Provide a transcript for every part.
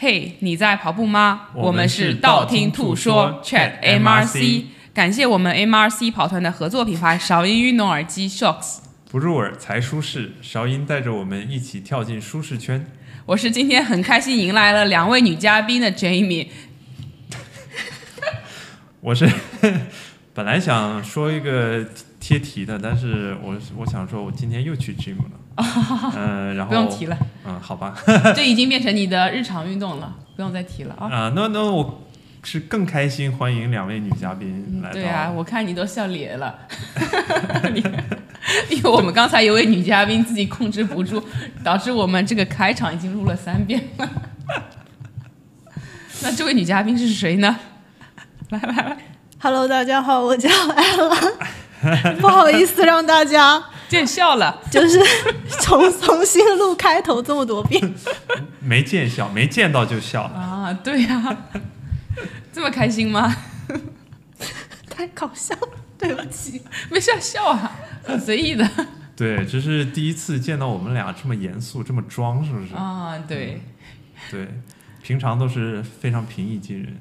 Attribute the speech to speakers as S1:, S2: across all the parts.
S1: 嘿、你在跑步吗？
S2: 我们
S1: 我们是道听途说
S2: 说
S1: Chat
S2: at
S1: MRC
S2: MRC。
S1: 感谢我们 MRC 跑团的合作品牌韶音运动耳机 Shocks。
S2: 不入耳才舒适，韶音带着我们一起跳进舒适圈。
S1: 我是今天很开心迎来了两位女嘉宾的 Jamie。
S2: 我是 本来想说一个贴题的，但是我我想说，我今天又去 gym 了，嗯、然后
S1: 不用提了，
S2: 嗯，好吧，
S1: 这已经变成你的日常运动了，不用再提了啊。
S2: 啊、那那我是更开心欢迎两位女嘉宾来到，
S1: 对啊，我看你都笑咧了， 你因为我们刚才有位女嘉宾自己控制不住，导致我们这个开场已经录了三遍了。 那这位女嘉宾是谁呢？来来来，
S3: Hello，大家好，我叫艾拉， 不好意思让大家
S1: 见笑了。
S3: 就是重重新录开头这么多遍，
S2: 没见笑，没见到就笑，
S1: 啊，对呀、这么开心吗？
S3: 太搞笑了，对不起。
S1: 没事，笑啊，很随意的
S2: 对，这是第一次见到我们俩这么严肃，这么装，是不是？
S1: 啊。对，
S2: 对，平常都是非常平易近人。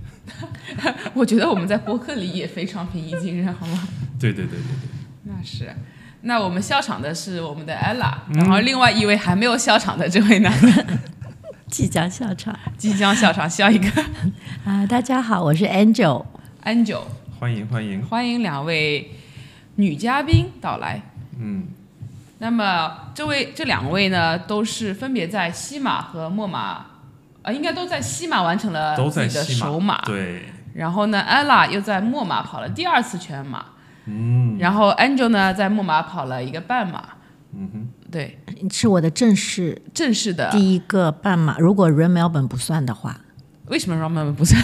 S1: 我觉得我们在播客里也非常平易近人，好 吗？
S2: 对对对对对，
S1: 那是。那我们笑场的是我们的 ella，、
S2: 嗯
S1: 然后另外一位还没有笑场的这位呢，
S4: 即将下场
S1: 即将笑场，笑一个
S4: 啊！大家好，我是 Angel。
S1: Angel。
S2: 欢迎欢迎，
S1: 欢迎两位女嘉宾到来。
S2: 嗯，
S1: 那么这位这两位呢，都是分别在西马和墨马，呃，应该都在西马完成了
S2: 都
S1: 呃自
S2: 在
S1: 己的
S2: 西
S1: 首
S2: 马，
S1: 马，哦
S2: 对，
S1: 然后呢，ella 又在墨马跑了第二次全马，
S2: 嗯
S1: 然后 Angel 呢在墨马跑了一个半马，
S2: 嗯哼，
S1: 对，
S4: 是我的正式
S1: 正式的。
S4: 第一个半马，如果 Run Melbourne 不算的话，
S1: 为什么 Roman 不 算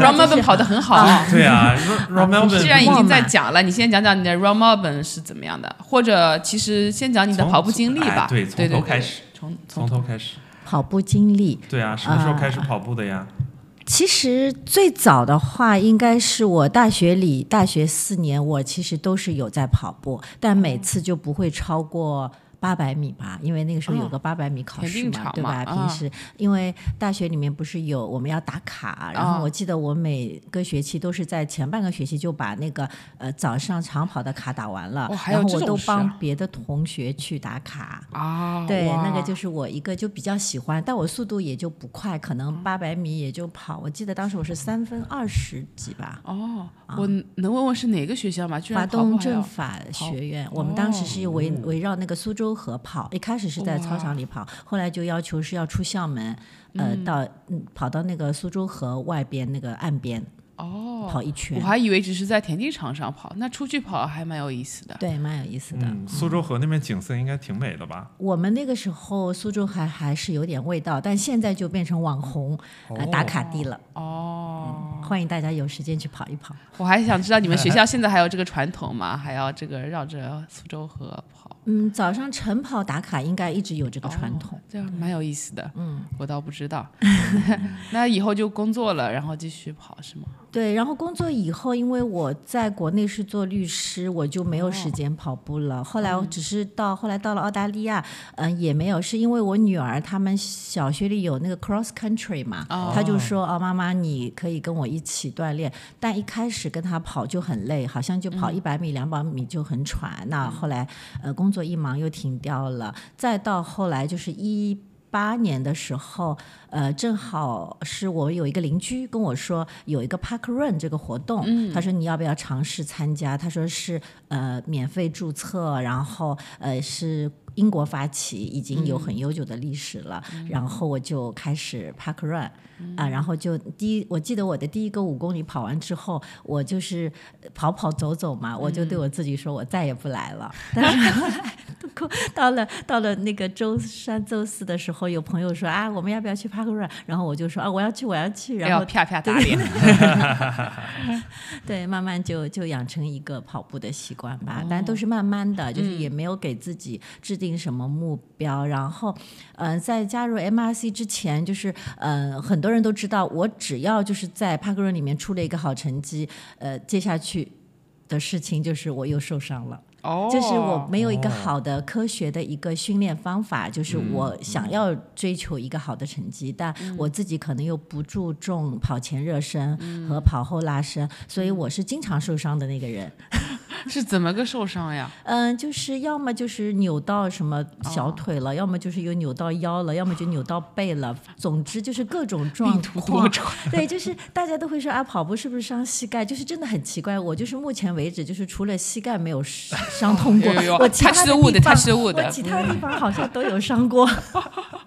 S1: ？Roman 跑得很好。
S2: 对啊 r o m e l b
S1: 既
S2: n
S1: 然已经在讲了，你先讲讲你的 Roman 是怎么样的，或者其实先讲你的
S2: 从
S1: 跑步经历吧。
S2: 哎对从
S1: 对
S2: 头开始，
S1: 从
S2: 从
S1: 从
S2: 头开始，
S4: 跑步经历
S2: 对啊，什么时候开始跑步的呀？
S4: 其实最早的话，应该是我大学里大学四年，我其实都是有在跑步，但每次就不会超过。八百米吧，因为那个时候
S1: 哦
S4: 有个八百米考
S1: 田
S4: 试
S1: 径
S4: 嘛，
S1: 场
S4: 对
S1: 嘛
S4: 吧？
S1: 啊
S4: 平时因为大学里面不是有我们要打卡，然
S1: 啊
S4: 后我记得我每个学期都是在前半个学期就把那个呃早上长跑的卡打完了，
S1: 哦还有
S4: 然后
S1: 这
S4: 我
S1: 种
S4: 都
S1: 事啊
S4: 帮别的同学去打卡。
S1: 啊，
S4: 对，那个就是是我一个就比较喜欢，但我速度也就不快，可
S1: 嗯
S4: 能八百米也就跑。我记得当时我是三分二十几吧。
S1: 哦，我能问问是哪个学校吗？居
S4: 啊华
S1: 然跑哦步
S4: 东
S1: 还要
S4: 政法学院，我们当时是围围绕那个苏州河跑，一开始是在操场里跑，后来就要求是要出校门，呃，到嗯跑到那个苏州河外边那个岸边
S1: 哦，
S4: 跑一圈
S1: 我，还以为只是在田径场上跑，那出去跑还蛮有意思 的。
S4: 对，蛮有意思的。
S2: 嗯，苏州河那边景色应该挺美的吧？
S4: 我们那个时候苏州还还是有点味道，但现在就变成网红呃打卡地了，嗯
S1: 哦，
S4: 欢迎大家有时间去跑一跑。
S1: 我还想知道你们学校现在还有这个传统吗？还要这个绕着苏州河跑，
S4: 嗯，早上晨跑打卡应该一直有这个传统。
S1: 这样蛮有意思的。嗯，我倒不知道。
S4: 嗯
S1: 那以后就工作了，然后继续跑是吗？
S4: 对，然后工作以后，因为我在国内是做律师，我就没有时间跑步了。后来我只是到后来到了澳大利亚，嗯、也没有，是因为我女儿她们小学里有那个 cross country 嘛，
S1: 哦
S4: 她就说哦，妈妈你可以跟我一起锻炼。但一开始跟她跑就很累，好像就跑一百米、两百米就很喘。那后来呃工作一忙又停掉了，再到后来就是一。八年的时候，呃，正好是我有一个邻居跟我说有一个 Park Run 这个活动，他说你要不要尝试参加？他说是呃免费注册，然后呃是英国发起，已经有很悠久的历史了。然后我就开始 park run，、啊，然后就第一，我记得我的第一个五公里跑完之后，我就是跑跑走走嘛，我就对我自己说，我再也不来了。但是到了到了那个周三、周四的时候，有朋友说啊，我们要不要去 park run？然后我就说啊，我要去，我要去。然
S1: 要
S4: 后
S1: 哎啪啪打脸。
S4: 对，慢慢就就养成一个跑步的习惯吧，但都是慢慢的，就是也没有给自己制定什么目标。然后，嗯、在加入 MRC 之前，就是嗯、呃很多人都知道，我只要就是在帕克润里面出了一个好成绩，呃，接下去的事情就是我又受伤了。
S1: 哦
S4: 就是我没有一个
S2: 哦
S4: 好的科学的一个训练方法，就是我想要追求一个好的成绩，但我自己可能又不注重跑前热身和跑后拉伸，所以我是经常受伤的那个人。
S1: 是怎么个受伤呀？
S4: 嗯，就是要么就是扭到什么小腿了，要么就是又扭到腰了，要么就扭到背了，总之就是各种状
S1: 病途多
S4: 况。
S1: 舛。
S4: 对，就是大家都会说啊，跑步是不是伤膝盖？就是真的很奇怪，我就是目前为止就是除了膝盖没有伤伤痛过
S1: 有有，有
S4: 我其
S1: 哎他
S4: 的
S1: 失误的
S4: 地方
S1: 他失误的嗯
S4: 我其他地方好像都有伤过，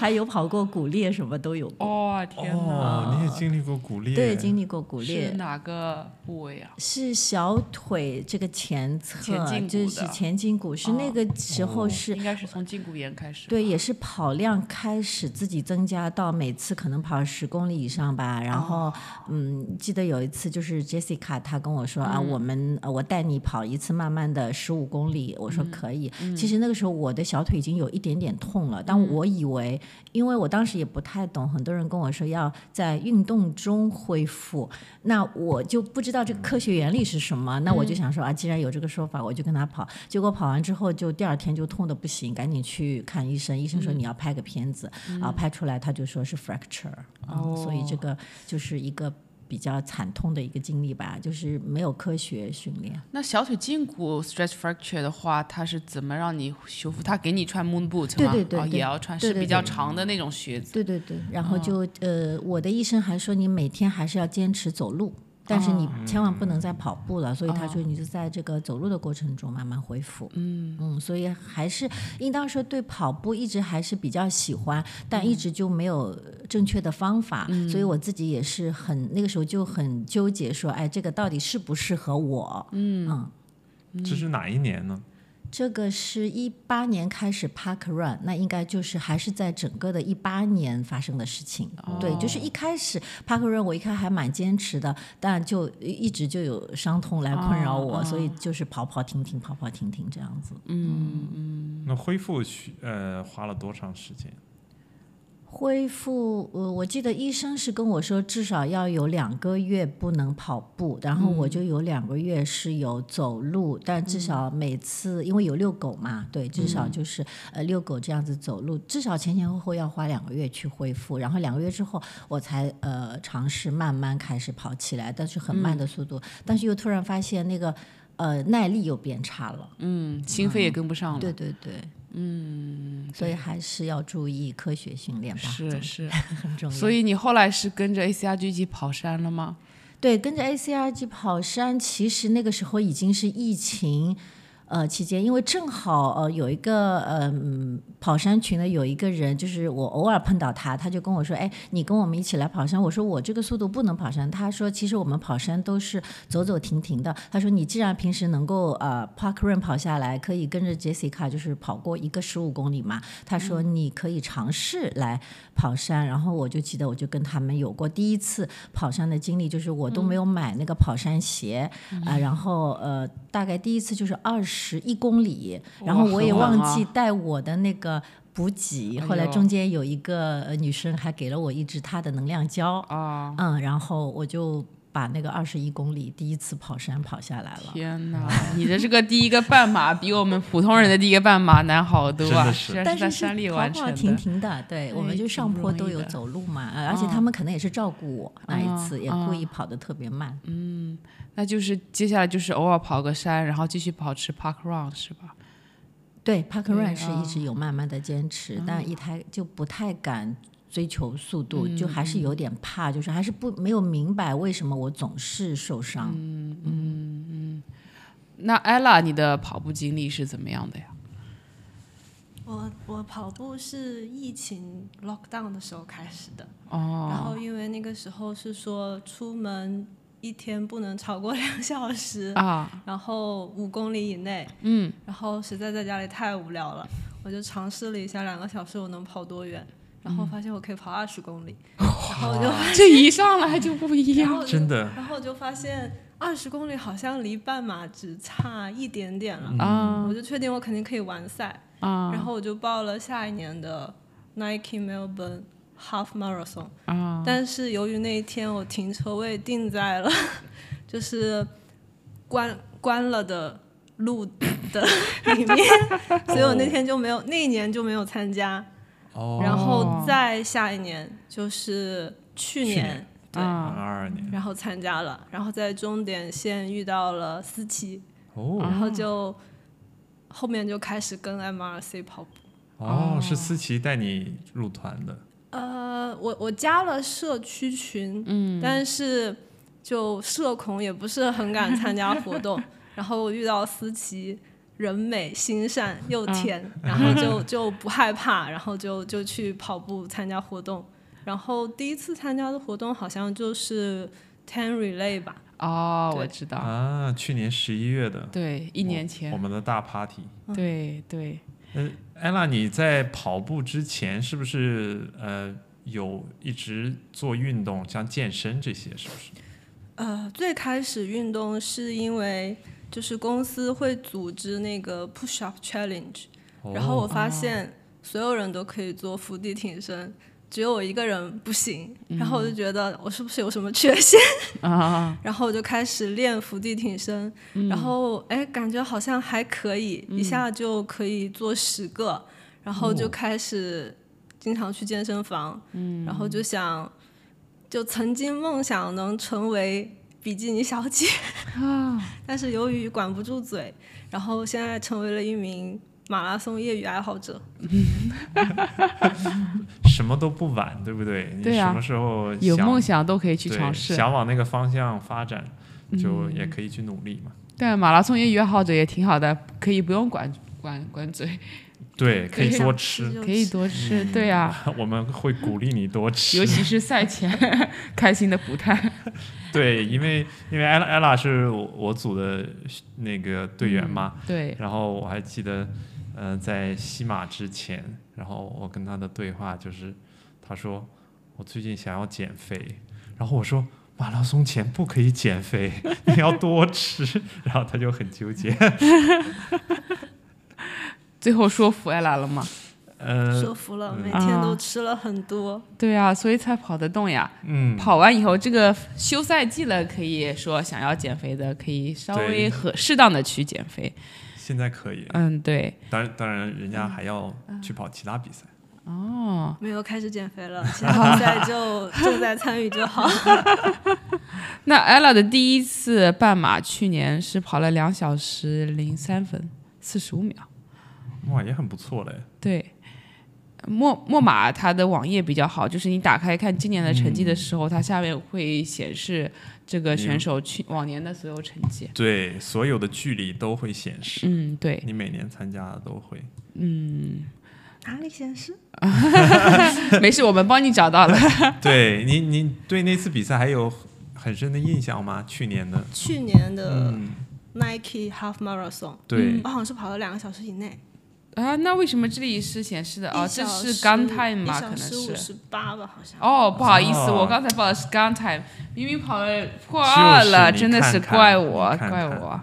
S4: 还有跑过骨裂，什么都有过。
S1: 哦天哪！
S2: 哦，你也经历过骨裂？
S4: 对，经历过骨裂
S1: 是，哪个部位啊？
S4: 是小腿这个前侧，
S1: 前胫骨
S4: 就是
S1: 的
S4: 前胫骨，是
S1: 哦
S4: 那个时候是、
S1: 应该是从胫骨炎开始。哦
S4: 对，也是跑量开始自己增加到每次可能跑十公里以上吧。然后，
S1: 哦
S4: 嗯，记得有一次就是 Jessica 她跟我说、啊，
S1: 嗯
S4: 我们呃我带你跑一次，慢慢的十五公里。我
S1: 嗯
S4: 说可以。其实那个时候我的小腿已经有一点点痛了，但我以为，因为我当时也不太懂，很多人跟我说要在运动中恢复，那我就不知道这个科学原理是什么。那我就想说啊，既然有这个说法，我就跟他跑。结果跑完之后，就第二天就痛的不行，赶紧去看医生。医生说你要拍个片子，啊，拍出来他就说是 fracture，、嗯、所以这个就是一个比较惨痛的一个经历吧，就是没有科学训练。
S1: 那小腿胫骨 stress fracture 的话，它是怎么让你修复？它给你穿 moon boot 吗？
S4: 对对对
S1: 哦，
S4: 对
S1: 也要穿，
S4: 对
S1: 是
S4: 对
S1: 比较
S4: 对
S1: 长的那种靴子。
S4: 对对对，然后就、呃，我的医生还说你每天还是要坚持走路。但是你千万不能再跑步了，所以他说你就在这个走路的过程中慢慢恢复。嗯嗯，所以还是应当说对跑步一直还是比较喜欢，但一直就没有正确的方法，所以我自己也是很那个时候就很纠结说，哎，这个到底适不适合我？嗯
S2: 这是哪一年呢？
S4: 这个是一八年开始 Park Run，那应该就是还是在整个的一八年发生的事情。对，就是一开始 Park Run，我一开始还蛮坚持的，但就一直就有伤痛来困扰我，所以就是跑跑停停，跑跑停停这样子。
S2: 那恢复需呃花了多长时间？
S4: 恢复，呃，我记得医生是跟我说，至少要有两个月不能跑步，然后我就
S1: 嗯
S4: 有两个月是有走路，但至少每次因为有遛狗嘛，对，至
S1: 嗯
S4: 少就是、呃遛狗这样子走路，至少前前后后要花两个月去恢复，然后两个月之后我才呃尝试慢慢开始跑起来，但是很慢的
S1: 嗯
S4: 速度，但是又突然发现那个呃耐力又变差了，
S1: 嗯，心肺也跟不上了。
S4: 对对对，嗯，所以还是要注意科学训练吧，
S1: 是
S4: 总
S1: 是，
S4: 很重要。
S1: 所以你后来是跟着 ACRG 一起跑山了吗？
S4: 对，跟着 ACRG 跑山，其实那个时候已经是疫情。呃，期间因为正好呃有一个呃嗯跑山群的有一个人，就是我偶尔碰到他，他就跟我说，哎，你跟我们一起来跑山。我说我这个速度不能跑山。他说其实我们跑山都是走走停停的。他说你既然平时能够呃 park run 跑下来，可以跟着 Jessica 就是跑过一个十五公里
S1: 嗯
S4: 嘛，他说你可以尝试来跑山。然后我就记得我就跟他们有过第一次跑山的经历，就是我
S1: 嗯
S4: 都没有买那个跑山鞋啊、然后呃，大概第一次就是二十一公里，然后
S1: 哇
S4: 我也
S1: 很晚
S4: 忘
S1: 啊
S4: 记带我的那个。补给，
S1: 哎
S4: 后来
S1: 呦
S4: 中间有一个呃女生还给了我一支她的能量胶，
S1: 啊，
S4: 嗯，然后我就把那个二十一公里第一次跑山跑下来了。
S1: 天哪！你的这个第一个半马比我们普通人的第一个半马难好多
S2: 真
S1: 啊，
S2: 的是
S1: 然
S4: 但
S1: 在
S4: 是
S1: 山里
S4: 是
S1: 完
S4: 跑
S1: 成
S4: 跑
S1: 的。
S4: 停停的，对，我
S1: 哎
S4: 们就
S1: 挺
S4: 上
S1: 不
S4: 坡
S1: 容
S4: 都
S1: 易
S4: 有
S1: 的嗯
S4: 走路嘛，呃而且他们可能也是照顾我那一次，也故意跑得特别慢。
S1: 嗯那就是接下来就是偶尔跑个山，然后继续保持 park run 是吧？
S4: 对，Park
S1: 对嗯
S4: Run 是
S1: 啊
S4: 一直有慢慢的坚持，但一台就不太敢追求速度，就还
S1: 嗯
S4: 是有点怕，就是还是不没有明白为什么我总是受伤。
S1: 那 ella 你的跑步经历是怎么样的呀？
S3: 我我跑步是疫情 lockdown 的时候开始的，
S1: 哦，
S3: 然后因为那个时候是说出门一天不能超过 两小时，
S1: 啊，
S3: 然后五公里以内，
S1: 嗯，
S3: 然后实在在家里太无聊了，我就尝试了一下两个小时我能跑多远，然
S1: 嗯
S3: 后发现我可以跑二十公里，然后我就
S1: 这一上来就不一
S3: 然
S1: 样。
S3: 后我就
S2: 真的
S3: 然后我就发现二十公里好像离半马只差一点点了，
S1: 啊
S3: 我就确定我肯定可以完赛，
S1: 啊
S3: 然后我就报了下一年的 Nike Melbourne Half Marathon，
S1: 啊！
S3: 但是由于那一天我停车位定在了就是关关了的路的里面，所以我那天就没有，那一年就没有参加，
S2: 哦，
S3: 然后再下一年就是
S2: 去
S3: 去年。
S2: 年
S3: 对，
S1: 啊
S2: 二二年
S3: 然后参加了，然后在终点线遇到了思琪，
S2: 哦
S3: 然后就后面就开始跟 MRC 跑步。
S2: 哦，是思琪带你入团的，
S3: 呃，我我加了社区群，嗯，但是就社恐也不是很敢参加活动，然后遇到思琪。人美心善又甜，然后就就不害怕，然后就就去跑步参加活动。然后第一次参加的活动好像就是 Ten Relay 吧，
S1: 哦，
S3: 对
S1: 我知道，
S2: 啊，去年十一月的，
S1: 对，一年前
S2: 我，们的大 party。
S1: 对对，
S2: 嗯，艾拉，你在跑步之前是不是呃有一直做运动，像健身这些，是不是？
S3: 呃，最开始运动是因为就是公司会组织那个 push up challenge，、然
S2: 哦
S3: 后我发现所有人都可以做伏地挺身，只有我一个人不行，然后我就觉得我是不是有什么缺陷？
S1: 啊，
S3: 然后我就开始练伏地挺身，然后哎，感觉好像还可以，一下就可以做十个，然后就开始经常去健身房，然后就想，就曾经梦想能成为比基尼小姐， 但是由于管不住嘴，然后现在成为了一名马拉松业余爱好者。
S2: 什么都不晚，对不对？你
S1: 对啊
S2: 什么时候
S1: 有
S2: 想
S1: 梦想都可以去
S2: 对
S1: 尝试。嗯
S2: 想往那个方向发展，就也可以去努力嘛。
S1: 但马拉松业余爱好者也挺好的，可以不用管管管嘴，
S2: 对，可以
S3: 对
S2: 多
S3: 呀
S2: 吃，嗯
S3: 就
S1: 可以多吃。对啊，
S2: 我们会鼓励你多吃
S1: 尤。其是赛前 开心的补碳。
S2: 对，因为因为艾拉艾拉是我我组的那个队员嘛，
S1: 嗯对，
S2: 然后我还记得，呃，在西马之前，然后我跟他的对话就是，他说我最近想要减肥，然后我说马拉松前不可以减肥， 你要多吃，然后他就很纠结。
S1: 最后说服艾拉了吗？
S2: 呃，
S3: 说服了，
S2: 嗯
S3: 每天
S1: 啊
S3: 都吃了很多。
S1: 对啊，所以才跑得动呀。
S2: 嗯，
S1: 跑完以后，这个休赛季了，可以说想要减肥的，可以稍微
S2: 对
S1: 合适当的去减肥。
S2: 现在可以，
S1: 嗯，对。
S2: 当然当然，人家还要去跑其他比赛。
S1: 哦，
S3: 没有开始减肥 了，现在就重在参与就好。
S1: 那 ella 的第一次半马，去年是跑了两小时零三分四十五秒。
S2: 哇，也很不错嘞。
S1: 对，墨墨马它的网页比较好，就是你打开看今年的成
S2: 嗯
S1: 绩的时候，它下面会显示这个选手去往年的所有成绩。
S2: 对，所有的距离都会显示，
S1: 嗯， 对，
S2: 你每年参加的都会。
S3: 哪里显示？
S1: 没事，我们帮你找到了。
S2: 对你，你对那次比赛还有很深的印象吗？去年的，
S3: 去年的
S2: 嗯，
S3: Nike Half Marathon，
S1: 嗯
S2: 对，
S3: 我好像是跑了两个小时以内。
S1: 啊，那为什么这里是显示的？哦，
S3: 一
S1: 这
S3: 小
S1: 是
S3: 时
S1: gun time
S3: 一
S1: 吗？可
S3: 小
S1: 能
S3: 时五
S1: 是。
S3: 十八吧，好像。
S1: 哦，不好意思，
S2: 哦
S1: 我刚才报的是 gun time，明明跑了破二了，
S2: 就是
S1: 真
S2: 你
S1: 的
S2: 看
S1: 是
S2: 看
S1: 怪我，
S2: 你看
S1: 怪
S2: 看
S1: 我。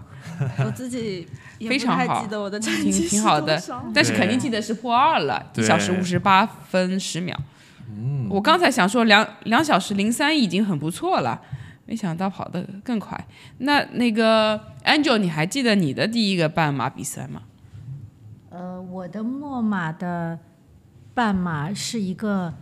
S3: 我自己也
S1: 非
S3: 不
S1: 常好
S3: 太记得我的成
S1: 挺
S3: 绩是
S1: 挺好的
S3: 多少
S1: 但是肯定记得是破二了，一
S2: 对
S1: 小时五十八分十秒。
S2: 嗯，
S1: 我刚才想说两两小时零三已经很不错了，没想到跑得更快。那那个 Angel，你还记得你的第一个半马比赛吗？
S4: 呃，我的墨马的半马是一个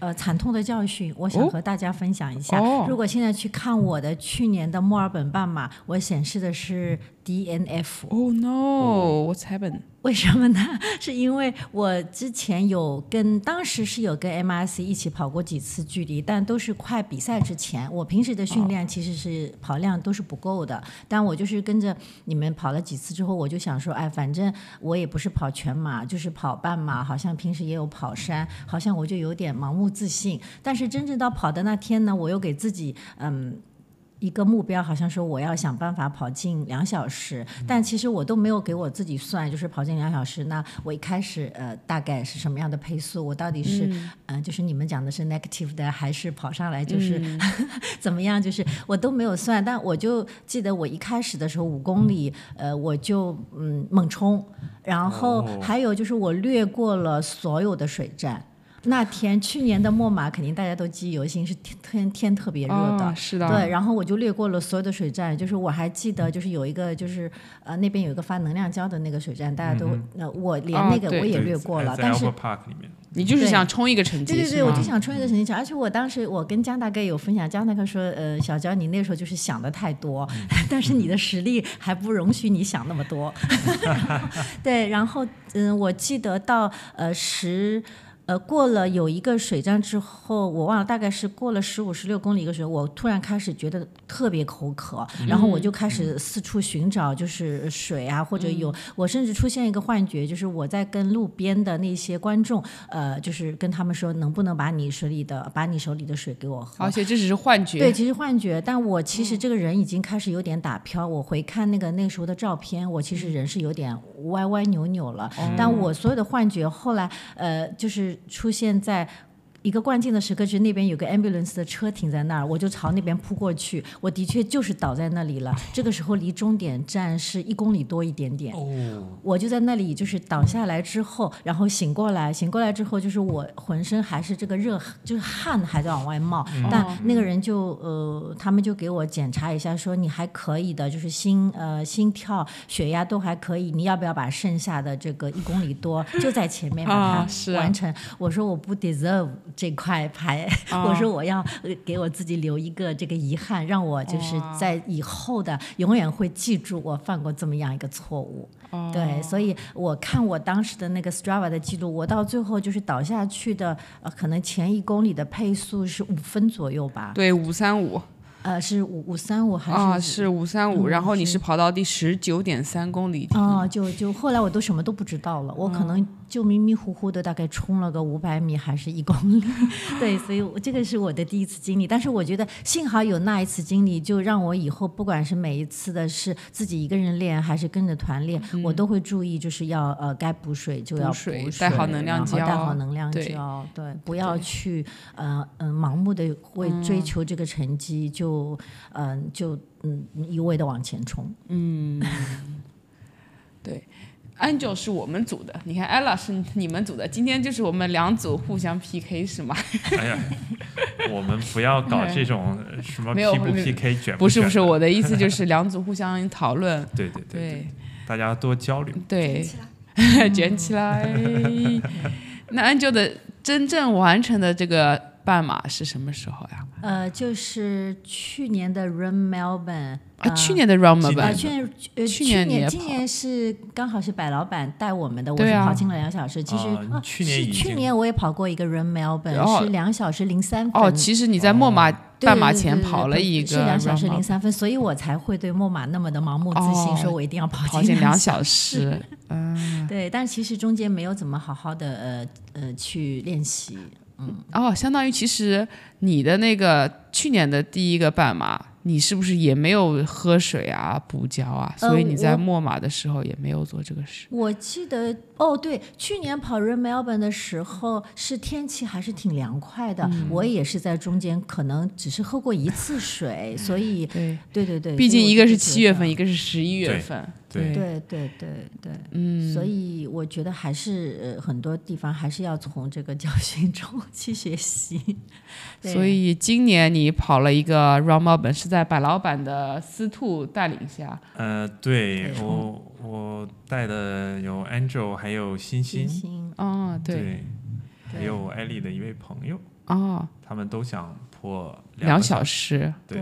S4: 呃惨痛的教训，我想
S1: 哦
S4: 和大家分享一下。
S1: 哦
S4: 如果现在去看我的去年的墨尔本半马，我显示的是 DNF。
S1: 哦 no！我才本
S4: 为什么呢？ 是因为我之前有跟当时是有跟 MRC 一起跑过几次距离，但都是快比赛之前。我平时的训练其实是跑量都是不够的，但我就是跟着你们跑了几次之后，我就想说，哎，反正我也不是跑全马，就是跑半马，好像平时也有跑山，好像我就有点盲目自信。但是真正到跑的那天呢，我又给自己嗯。一个目标，好像说我要想办法跑进两小时，但其实我都没有给我自己算，就是跑进两小时，那我一开始呃大概是什么样的配速，我到底是嗯、呃就是你们讲的是 negative 的，还是跑上来就是、 怎么样，就是我都没有算，但我就记得我一开始的时候五公里，呃我就嗯猛冲，然后
S2: 哦
S4: 还有就是我略过了所有的水站。那天去年的墨马肯定大家都记忆犹新，是天天天特别热的，
S1: 哦是的，
S4: 对，然后我就略过了所有的水站，就是我还记得，就是有一个就是呃那边有一个发能量胶的那个水站，大家都、
S2: 嗯
S4: 呃我连
S1: 哦
S4: 那个
S1: 对
S4: 我也
S2: 对
S4: 略过了，
S2: 在
S4: 但
S2: 在
S4: 是
S2: Alpha Park 里面，
S1: 你就是
S4: 对
S1: 想冲一个成绩，
S4: 对对
S1: 是
S4: 对，我
S1: 吗
S4: 就想冲一个成绩奖，而且我当时我跟江大哥也有分享，江大哥说，呃，小娇你那时候就是想的太多， 但是你的实力还不容许你想那么多。 对，然后嗯，我记得到呃十。呃，过了有一个水站之后，我忘了，大概是过了十五、十六公里一个水，我突然开始觉得特别口渴，然后我就开始四处寻找，就是水啊，或者有，我甚至出现一个幻觉，就是我在跟路边的那些观众，呃，就是跟他们说，能不能把你水里的，把你手里的水给我喝
S1: 而。且这只是幻觉，嗯
S4: 对，其实幻觉，但我其实这个人已经开始有点打飘。我回看那个那时候的照片，我其实
S1: 嗯
S4: 人是有点歪歪扭扭了。
S1: 哦
S4: 但我所有的幻觉后来，呃，就是出现在。一个关键的时刻是那边有个 ambulance 的车停在那儿，我就朝那边扑过去。我的确就是倒在那里了。这个时候离终点站是一公里多一点点。
S2: 哦，
S4: 我就在那里就是倒下来之后，然后醒过来，醒过来之后就是我浑身还是这个热，就是汗还在往外冒。
S1: 嗯
S4: 但
S1: 哦
S4: 那个人就呃，他们就给我检查一下，说你还可以的，就是心呃心跳、血压都还可以，你要不要把剩下的这个一公里多就在前面把
S1: 啊是
S4: 它
S1: 啊
S4: 完成？我说我不 deserve 这块牌，
S1: 啊
S4: 我
S1: 哦
S4: 说我要呃给我自己留一个这个遗憾，让我就是
S1: 哇
S4: 在以后的永远会记住我犯过这么样一个错误。
S1: 哦
S4: 对，所以我看我当时的那个 Strava 的记录，我到最后就是倒下去的，呃，可能前一公里的配速是五分左右吧，
S1: 对五三五
S4: 呃，是五五三五还是？
S1: 啊是五三五，然后你是跑到第十九点三公里，
S4: 哦，就就后来我都什么都不知道了，我可
S1: 嗯
S4: 能就迷迷糊糊的，大概冲了个五百米还是一公里， 对，所以我这个是我的第一次经历，但是我觉得幸好有那一次经历，就让我以后不管是每一次的是自己一个人练还是跟着团练，我都会注意，就是要呃该补水就要
S1: 嗯补水
S4: 补
S1: 带好能量
S4: 然后
S1: 胶
S4: 带好能量
S1: 对嗯
S4: 胶，对，不要去呃嗯、盲目的为追求这个成绩就嗯、呃就嗯一味的往前冲。
S1: Angel 是我们组的，你看 Ella 是你们组的，今天就是我们两组互相 PK 是吗？
S2: 哎呀，我们不要搞这 种呃什么
S1: 哎没有
S2: P 不
S1: 没有
S2: PK 卷
S1: 不是
S2: 卷
S1: 不是，
S2: 的
S1: 我的意思就是两组互相讨论，
S2: 对对对对，
S1: 对
S2: 大家多交流。
S1: 对，
S3: 起来。
S1: 卷起来。 那 Angel 的真正完成的这个半马是什么时候呀？
S4: 呃，就是去年的 Run Melbourne，
S1: 啊，
S4: 呃
S1: 去年的 r u m
S2: 今
S4: 啊，
S1: e
S2: 年
S4: 去年呃
S1: 去
S4: 年
S1: 年你也
S4: 今
S1: 跑
S4: 年是刚好是白老板带我们的，我
S1: 对
S4: 是
S1: 啊
S4: 跑进了两小时。其实呃
S2: 啊你去年
S4: 是
S2: 已
S4: 去
S2: 经
S4: 年我也跑过一个 Run Melbourne，、
S1: 哦
S4: 是两小时零三分。
S1: 哦，其实你在墨马
S4: 对
S1: 半马
S4: 对对
S1: 前
S4: 对对
S1: 跑了
S4: 对
S1: 一
S4: 是
S1: 个
S4: 两小时
S1: Roma
S4: 零三分，所以我才会对墨马那么的盲目自信，
S1: 哦
S4: 说我一定要跑
S1: 跑进两
S4: 两
S1: 小时，嗯，
S4: 对，但其实中间没有怎么好好的呃呃去练习。
S1: 哦，相当于其实你的那个去年的第一个半马，你是不是也没有喝水啊、补胶啊？
S4: 呃
S1: 所以你在
S4: 我
S1: 墨马的时候也没有做这个事。
S4: 我记得哦，对，去年跑 Run Melbourne 的时候是天气还是挺凉快的，
S1: 嗯
S4: 我也是在中间可能只是喝过一次水，所以
S1: 对，
S4: 对对对，
S1: 哎毕
S4: 所以
S1: 竟
S4: 我
S1: 一个
S4: 就是觉
S1: 七月
S4: 得
S1: 份，一个是十一月
S2: 对
S1: 份，
S2: 对
S4: 对对对对，嗯，所以我觉得还是呃很多地方还是要从这个教训中 去学习，对
S1: 所以今年你跑了一个 Round Melbourne，是在白老板的司徒带领下，
S2: 呃，对我我带的有 Angel，还有欣
S4: 星
S2: 欣，
S4: 星
S1: 哦，对，
S2: 对，还
S4: 对
S2: 有艾丽的一位朋友，
S1: 哦，
S2: 他们都想破
S1: 两
S2: 小
S1: 小时，
S2: 对，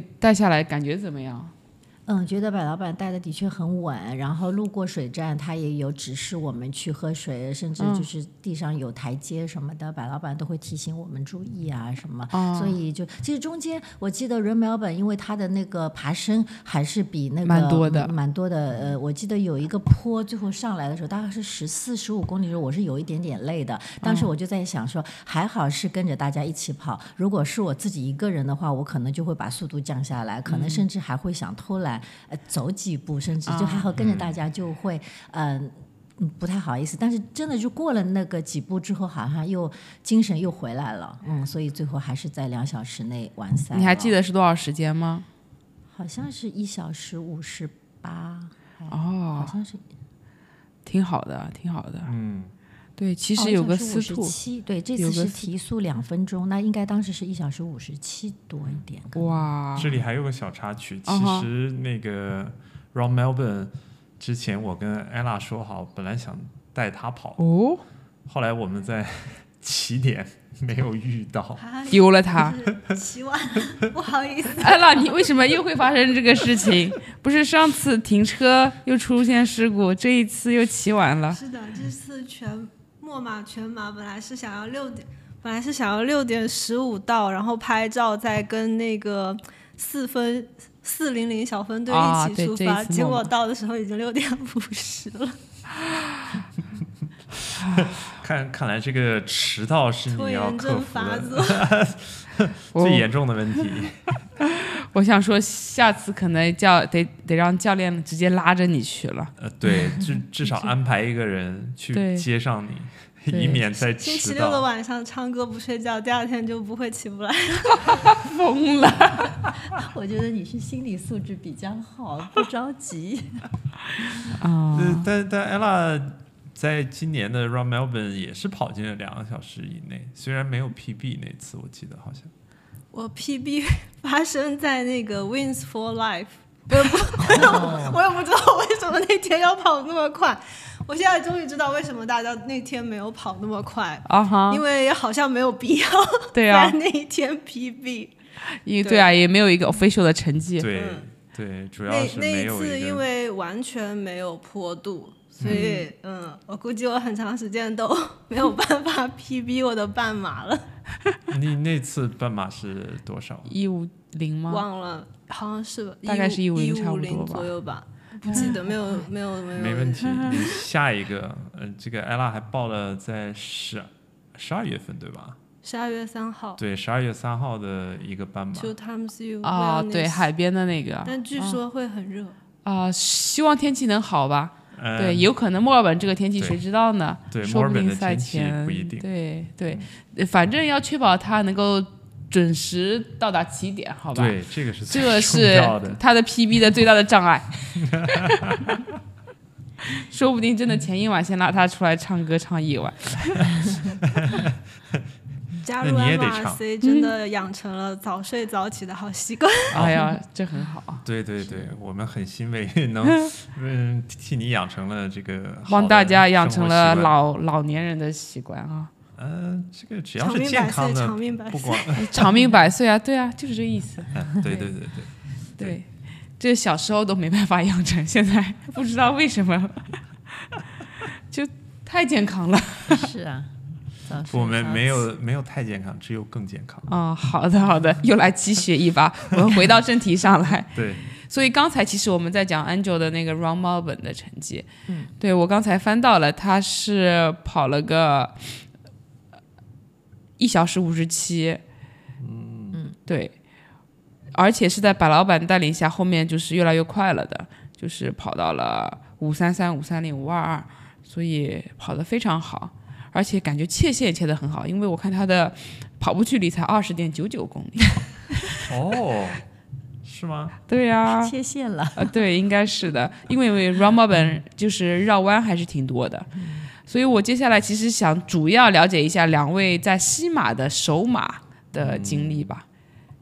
S1: 对，带下来感觉怎么样？
S4: 嗯，觉得白老板带的的确很稳，然后路过水站，他也有指示我们去喝水，甚至就是地上有台阶什么的，白老板都会提醒我们注意啊什么。
S1: 哦
S4: 所以就其实中间我记得 r 梅 m 本，因为它的那个爬升还是比那个
S1: 蛮多的
S4: 嗯蛮多的。呃，我记得有一个坡，最后上来的时候大概是十四十五公里的时候，我是有一点点累的。当时
S1: 哦
S4: 我就在想说，还好是跟着大家一起跑，如果是我自己一个人的话，我可能就会把速度降下来，
S1: 嗯
S4: 可能甚至还会想偷懒，呃，走几步，甚至
S1: 哦
S4: 就还好跟着大家就会，嗯、嗯不太好意思，但是真的就过了那个几步之后，好像又精神又回来了，嗯，所以最后还是在两小时内完赛。
S1: 你还记
S4: 得？
S1: 得是多少时间吗？
S4: 好像是一小时五十八，
S1: 哦
S4: 好，像是
S1: 挺好的，挺好的。
S2: 嗯，
S1: 对，其
S3: 哦
S1: 实有个私
S4: 兔，
S1: 兔，
S4: 七，对，这
S1: 有
S4: 次
S1: 个
S4: 是
S1: 私
S4: 提速两分钟，那应该当时是一小时五十七多一点。
S1: 哇，
S2: 这里还有个小插曲，
S1: 嗯
S2: 其
S1: 哼
S2: 实那个 Ron Melbourne 之前我跟 Ella 说好，本来想带他跑，
S1: 哦，
S2: 后来我们在 起点没有遇到，
S3: 啊，
S1: 丢了它。
S3: 洗碗， 不好意思，
S1: 安娜，你为什么又会发生这个事情？不是上次停车又出现事故，这一次又骑完了。
S3: 是的，这次全墨马全马本来是想要六点，本来是想要六点十五到，然后拍照再跟那个四分四零零小分队
S1: 啊
S3: 一起
S1: 对
S3: 出
S1: 这一
S3: 发，
S1: 次
S3: 结
S1: 墨
S3: 果
S1: 马
S3: 到的时候已经六点五十了。
S2: 看看来这个迟到是
S3: 拖
S2: 你要
S3: 延
S2: 克
S3: 症
S2: 服
S3: 发
S2: 的
S3: 作，
S1: 我
S2: 最严重的问题。
S1: 哦我想说，下次可能叫得得让教练直接拉着你去了。
S2: 呃，对， 至至少安排一个人去
S1: 对
S2: 接上你，
S1: 对
S2: 以免再
S3: 星期
S2: 迟
S3: 六的
S2: 到。
S3: 晚上唱歌不睡觉，第二天就不会起不来。
S1: 疯了，
S4: 我觉得你是心理素质比较好，不着急。
S1: 啊
S2: 呃，但但 Ella 在今年的 Run Melbourne 也是跑进了两个小时以内，虽然没有 PB 那次，我记得好像。
S3: 我 PB 发生在那个 Wins for Life，我也不， 我也不知道为什么那天要跑那么快。我现在终于知道为什么大家那天没有跑那么快，
S1: 啊哈
S3: 因，为好像没有必要
S1: 对啊
S3: 在，那一天 PB。
S1: 因为对啊，也没有一个 official 的成绩。
S2: 对
S3: 嗯
S2: 对，主要
S3: 那
S2: 是
S3: 那
S2: 没
S3: 一
S2: 有
S3: 次
S2: 一
S3: 因
S2: 个
S3: 为完全没有坡度，所以嗯我估计我很长时间都没有办法 PB 我的半马了，
S2: 你那次半马是多少？
S1: 一五零吗？
S3: 忘了好像是吧
S1: 大概是
S3: 一
S1: 150差
S3: 五
S1: 不多
S3: 零
S1: 吧嗯
S3: 左右吧，不记得没有没有没有
S2: 没 问题，你下一个，呃，这个艾拉还报了在十十二月份对吧？
S3: 十二月三号
S2: 对，十二月三号的一个斑马，
S3: ，Two times you
S1: 啊，
S3: wellness
S1: 对，嗯海边的那个
S3: 但据说会很热，
S1: 啊，希望天气能好吧。
S2: 呃，
S1: 对，有可能墨尔本这个天气
S2: 对
S1: 谁知道呢？
S2: 对
S1: 说
S2: 墨尔
S1: 不
S2: 本
S1: 定
S2: 的
S1: 赛
S2: 天气
S1: 前
S2: 不一定嗯
S1: 对对，呃反正要确保它能够准时到达起点，好吧？
S2: 对，这个是
S1: 这
S2: 最
S1: 个
S2: 重
S1: 是
S2: 要 的。
S1: 它的 PB 的最大的障 碍。 说不定真的前一晚先拉他出来唱歌唱一晚，
S3: 加
S2: 那
S3: 入
S2: 你也得唱
S3: MRC 真
S1: 嗯
S3: 的养成了早睡早起的好习惯。
S1: 哎呀，这很好啊！
S2: 对对对，我们很欣慰能， 嗯，替你养成了这个，
S1: 帮大家养成了，老老年人的习惯啊，
S2: 嗯、这个只要
S3: 长
S2: 是
S3: 命
S2: 健
S3: 百
S2: 康
S3: 岁，长
S2: 的，
S3: 命百
S2: 不
S3: 岁。
S2: 管，
S1: 长命百岁啊！对啊，就是这意思。
S2: 嗯 对对对对，
S1: 对，这小时候都没办法养成，现在不知道为什么， 就太健康了。
S4: 是啊，早睡
S2: 我们
S4: 早
S2: 没
S4: 起
S2: 有没有太健康，只有更健康。
S1: 啊、好的好的，又来鸡血一把，我们回到正题上来。
S2: 对，
S1: 所以刚才其实我们在讲 Angel 的那个 Round Melbourne 的成绩，嗯，对我刚才翻到了，他是跑了个一小时五十七，嗯，对，而且是在白老板带领下，后面就是越来越快了的，就是跑到了五三三、五三零、五二二，所以跑得非常好，而且感觉切线切得很好，因为我看他的跑步距离才二十点九九公里，
S2: 哦，是吗？
S1: 对呀、
S4: 切线了。
S1: 啊，对，应该是的，因为 r o m b 本就是绕弯还是挺多的，
S3: 嗯
S1: 所以我接下来其实想主要了解一下两位在西马的首马的经历吧。
S3: 嗯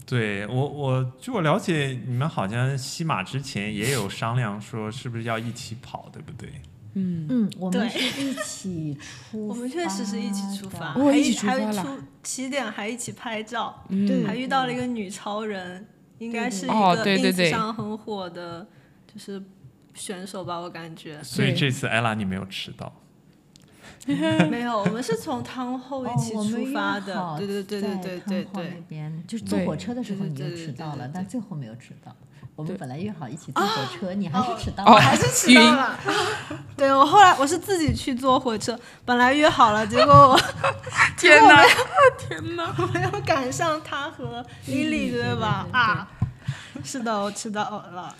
S2: 对我，我据我了解，你们好像西马之前也有商量说，是不是要一起跑，对不对？。
S4: 嗯，我
S3: 对
S4: 们是一起出，
S3: 我们确实是一起出发，
S1: 哦
S3: 还
S1: 一起出发
S3: 还
S1: 了
S3: 出起点还一起拍照，
S1: 嗯
S3: 还遇到了一个女超人，应该是一
S1: 哦
S3: 个
S1: 对对
S3: ins
S1: 对
S3: 上很火的，就是选手吧，我 感觉
S2: 所以
S1: 对
S2: 这次艾拉你没有迟到，
S3: 没有，我们是从汤后一起
S4: 哦我们
S3: 出发
S4: 约
S3: 的，
S4: 好
S3: 对对对对对
S4: 在
S3: 对
S4: 汤
S3: 对
S4: 后那。边就是坐
S1: 对
S4: 火车的时候
S3: 对
S4: 你就
S3: 对对
S4: 迟到了
S3: 对对，啊
S4: 但最后没有迟到。我们
S1: 对
S4: 本来约好一起坐火车，你还是迟到
S1: 哦
S4: 了。
S3: 还是迟到了。 对我后来我是自己去坐火车，本来约好了，结果我
S1: 天哪，天哪！
S3: 没有赶上他和莉莉，对
S1: 嗯
S3: 吧？啊，是的，我迟到哦了，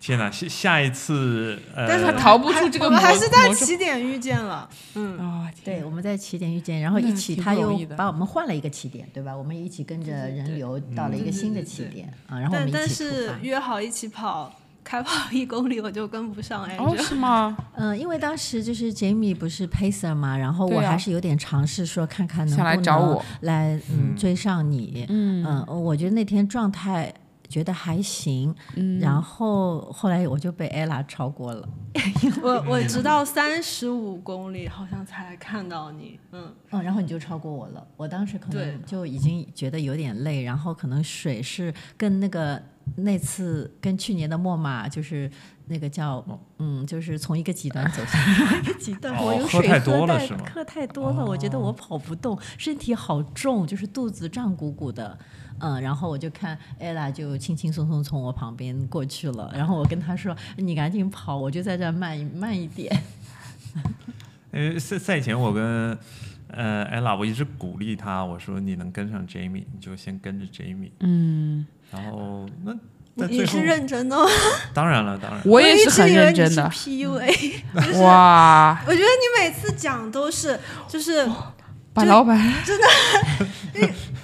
S2: 天哪！下下一次呃，
S3: 但是
S1: 他逃不出这个
S3: 嗯我们
S1: 魔
S3: 还是在
S1: 魔咒
S3: 起点遇见了。嗯，
S1: 啊！
S4: 对，
S1: 天
S4: 我们在起点遇见，然后
S1: 那
S4: 一起
S1: 挺
S4: 他
S1: 不容
S4: 又
S1: 易的嗯
S4: 把我们换了一个起点，对吧？我们也一起跟着人流到了一个新的起点啊，然后我
S3: 但
S4: 们一
S3: 但
S4: 起出
S3: 是
S4: 发。
S3: 约好一起跑，开跑一公里我就跟不上，哎，
S1: 哦，
S3: 就是
S1: 吗？
S4: 嗯，因为当时就是 Jamie 不是 pacer 嘛，然后
S1: 对
S4: 我
S1: 啊
S4: 还是有点尝试说看看能
S1: 想来
S4: 不
S1: 找
S4: 能
S1: 我
S4: 来嗯追上你。
S1: 嗯
S4: 嗯，我觉得那天状态觉得还行，
S1: 嗯，
S4: 然后后来我就被 ella 超过了。
S3: 我我直到三十五公里好像才看到你，嗯，
S4: 嗯，然后你就超过我了。我当时可
S3: 对
S4: 能就已经觉得有点累，然后可能水是跟那个那次跟去年的墨马就是那个叫嗯，就是从一个极端走 向另一个极端。
S2: 哦
S4: 我有
S2: 喝
S4: 水
S2: 太
S4: 喝
S2: 多了
S4: 太
S2: 是吗哦
S4: 喝太多了，我觉得我跑不动，身体好重，就是肚子胀鼓鼓的。嗯，然后我就看 ella 就轻轻松松从我旁边过去了，然后我跟她说：“你赶紧跑，我就在这儿慢一慢一点。”
S2: 呃赛赛前我跟呃艾拉，我一直鼓励他，我说你能跟上 Jamie，你就先跟着 Jamie。
S1: 嗯，
S2: 然后那在
S3: 你
S2: 最后
S3: 是，认真的吗？
S2: 当然了，当然了，
S1: 我也
S3: 一
S1: 是
S3: 直
S1: 很
S3: 以为
S1: 认
S3: 你
S1: 真
S3: 是
S1: 的，嗯
S3: PUA，
S1: 哇，
S3: 我觉得你每次讲都是就是。
S1: 把老板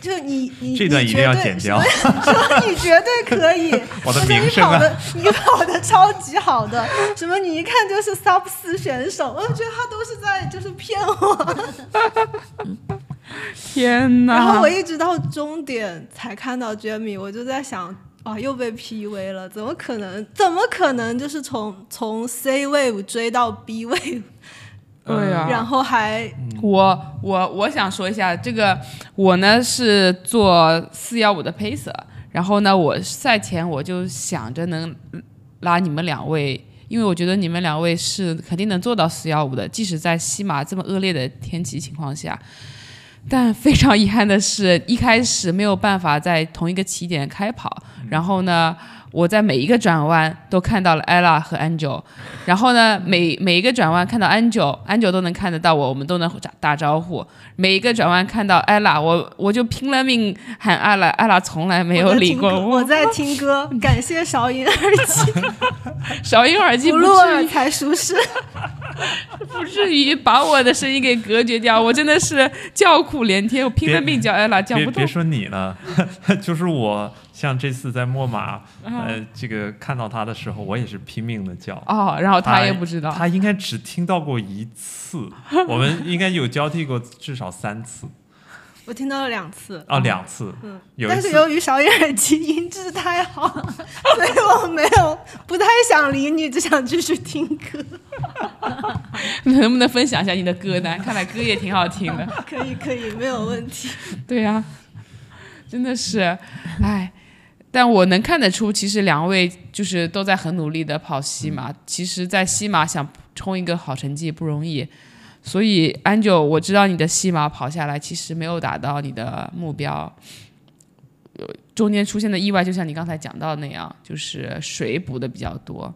S3: 就你你
S2: 这段
S3: 你
S2: 一
S3: 绝
S2: 定要
S3: 对
S2: 剪掉。
S3: 说 你绝对可以，
S2: 我的
S3: 说
S2: 名
S3: 你
S2: 声啊
S3: 跑的你跑的超级好的，什么你一看就是 sub 四选手，我就觉得他都是在就是骗我。
S1: 天哪！
S3: 然后我一直到终点才看到 Jamie，我就在想。哇，又被 PUA 了，怎么可能？怎么可能？就是从从 C 位追到 B 位，
S1: 对啊呀、
S3: 然后还
S1: 我我我想说一下，这个我呢是做四幺五的 pacer，然后呢，我赛前我就想着能拉你们两位，因为我觉得你们两位是肯定能做到四幺五的，即使在西马这么恶劣的天气情况下。但非常遗憾的是，一开始没有办法在同一个起点开跑，然后呢，我在每一个转弯都看到了 ella 和 Angel，然后呢，每每一个转弯看到 Angel，Angel 都能看得到我，我们都能打打招呼。每一个转弯看到 ella，我我就拼了命喊 ella，ella 从来没有
S3: 在
S1: 理
S3: 听
S1: 过
S3: 歌我
S1: 我。
S3: 在听歌，感谢少颖耳机，
S1: 小鹰耳机
S3: 不
S1: 不
S3: 入
S1: 至
S3: 耳
S1: 于
S3: 才舒适。
S1: 不至于把我的声音给隔绝掉，我真的是叫苦连天，我拼了命叫 ella 叫
S2: 别
S1: 不动
S2: 别。说你了， 就是我，像这次在墨马，
S1: 嗯
S2: 呃，这个看到他的时候，我也是拼命的叫。
S1: 哦，然后
S2: 哎
S1: 他也不知道。
S2: 他应该只听到过一次，我们应该有交替过至少三次
S3: 我听到了两次，
S2: 啊，两次。
S3: 嗯
S2: 有一
S3: 但是
S2: 次
S3: 由于小野耳机音质太好， 所以我没有不太想理你，只想继续听 歌。
S1: 能不能分享一下你的歌单？看来歌也挺好听的。
S3: 可以可以，没有问题。
S1: 对呀、真的是，哎，但我能看得出，其实两位就是都在很努力的跑西
S4: 嗯
S1: 马。其实，在西马想冲一个好成绩不容易，所以安九，我知道你的西马跑下来其实没有达到你的目标。有中间出现的意外，就像你刚才讲到那样，就是水补的比较多。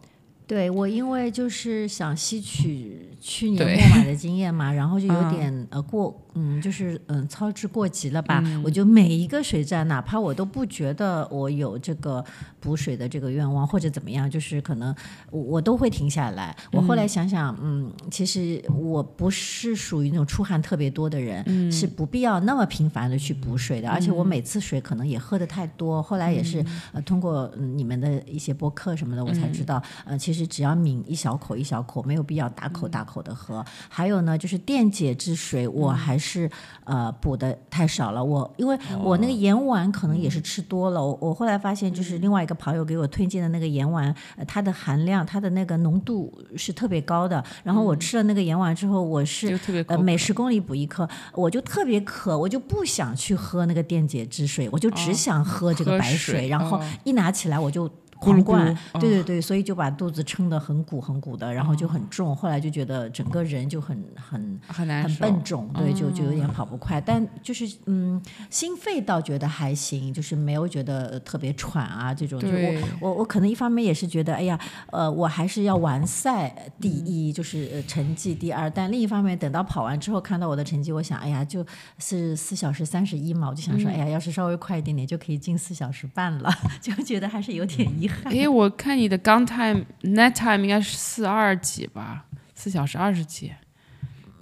S4: 对我，因为就是想吸取去年
S1: 对
S4: 墨马的经验嘛，然后就有
S1: 嗯
S4: 点、呃过，嗯，就是嗯操之过急了吧。我就每一个水站，哪怕我都不觉得我有这个补水的这个愿望或者怎么样，就是可能我我都会停下来。我后来想想，嗯，其实我不是属于那种出汗特别多的人，是不必要那么频繁的去补水的。而且我每次水可能也喝的太多，后来也是、呃通过、嗯、你们的一些播客什么的，我才知道，呃，其实只要抿
S1: 嗯嗯
S4: 一小口一小口，没有必要大口大口的喝。还有呢，就是电解质水，我还是呃补的太少了。我因为我那
S1: 哦
S4: 个盐丸可能也
S1: 嗯
S4: 是吃多了，我我后来发现就是另外一个朋友给我推荐的那个盐丸，呃它的含量它的那个浓度是特别高的。然后我吃了那个盐丸之后，我是
S1: 嗯就特别
S4: 呃，
S1: 口
S4: 每
S1: 渴
S4: 十公里补一克，我就特别渴，我就不想去喝那个电解质水，我就只
S1: 哦
S4: 想喝这个
S1: 喝
S4: 白
S1: 水
S4: 然后
S1: 哦
S4: 一拿起来我就
S1: 咕噜
S4: 狂
S1: 咕
S4: 灌，
S1: 噜哦
S4: 对对对，所以就把肚子撑得很鼓很鼓的，然后就很重，后来就觉得整个人就很很。
S1: 嗯很难
S4: 很
S1: 受。嗯
S4: 笨重，对，就就有点跑不快，但就是嗯，心肺倒觉得还行，就是没有觉得呃特别喘啊这种。就
S1: 对
S4: 我我我可能一方面也是觉得，哎呀，呃，我还是要完赛第
S1: 嗯
S4: 一，就是、呃、成绩第二。但另一方面，等到跑完之后看到我的成绩，我想，哎呀，就是四小时三十一嘛，我就
S1: 嗯
S4: 想说，哎呀，要是稍微快一点点，就可以进四小时半了， 就觉得还是有点
S1: 嗯
S4: 遗憾。
S1: 诶，我看你的 gun time net time 应该是四二几吧，四小时二十几。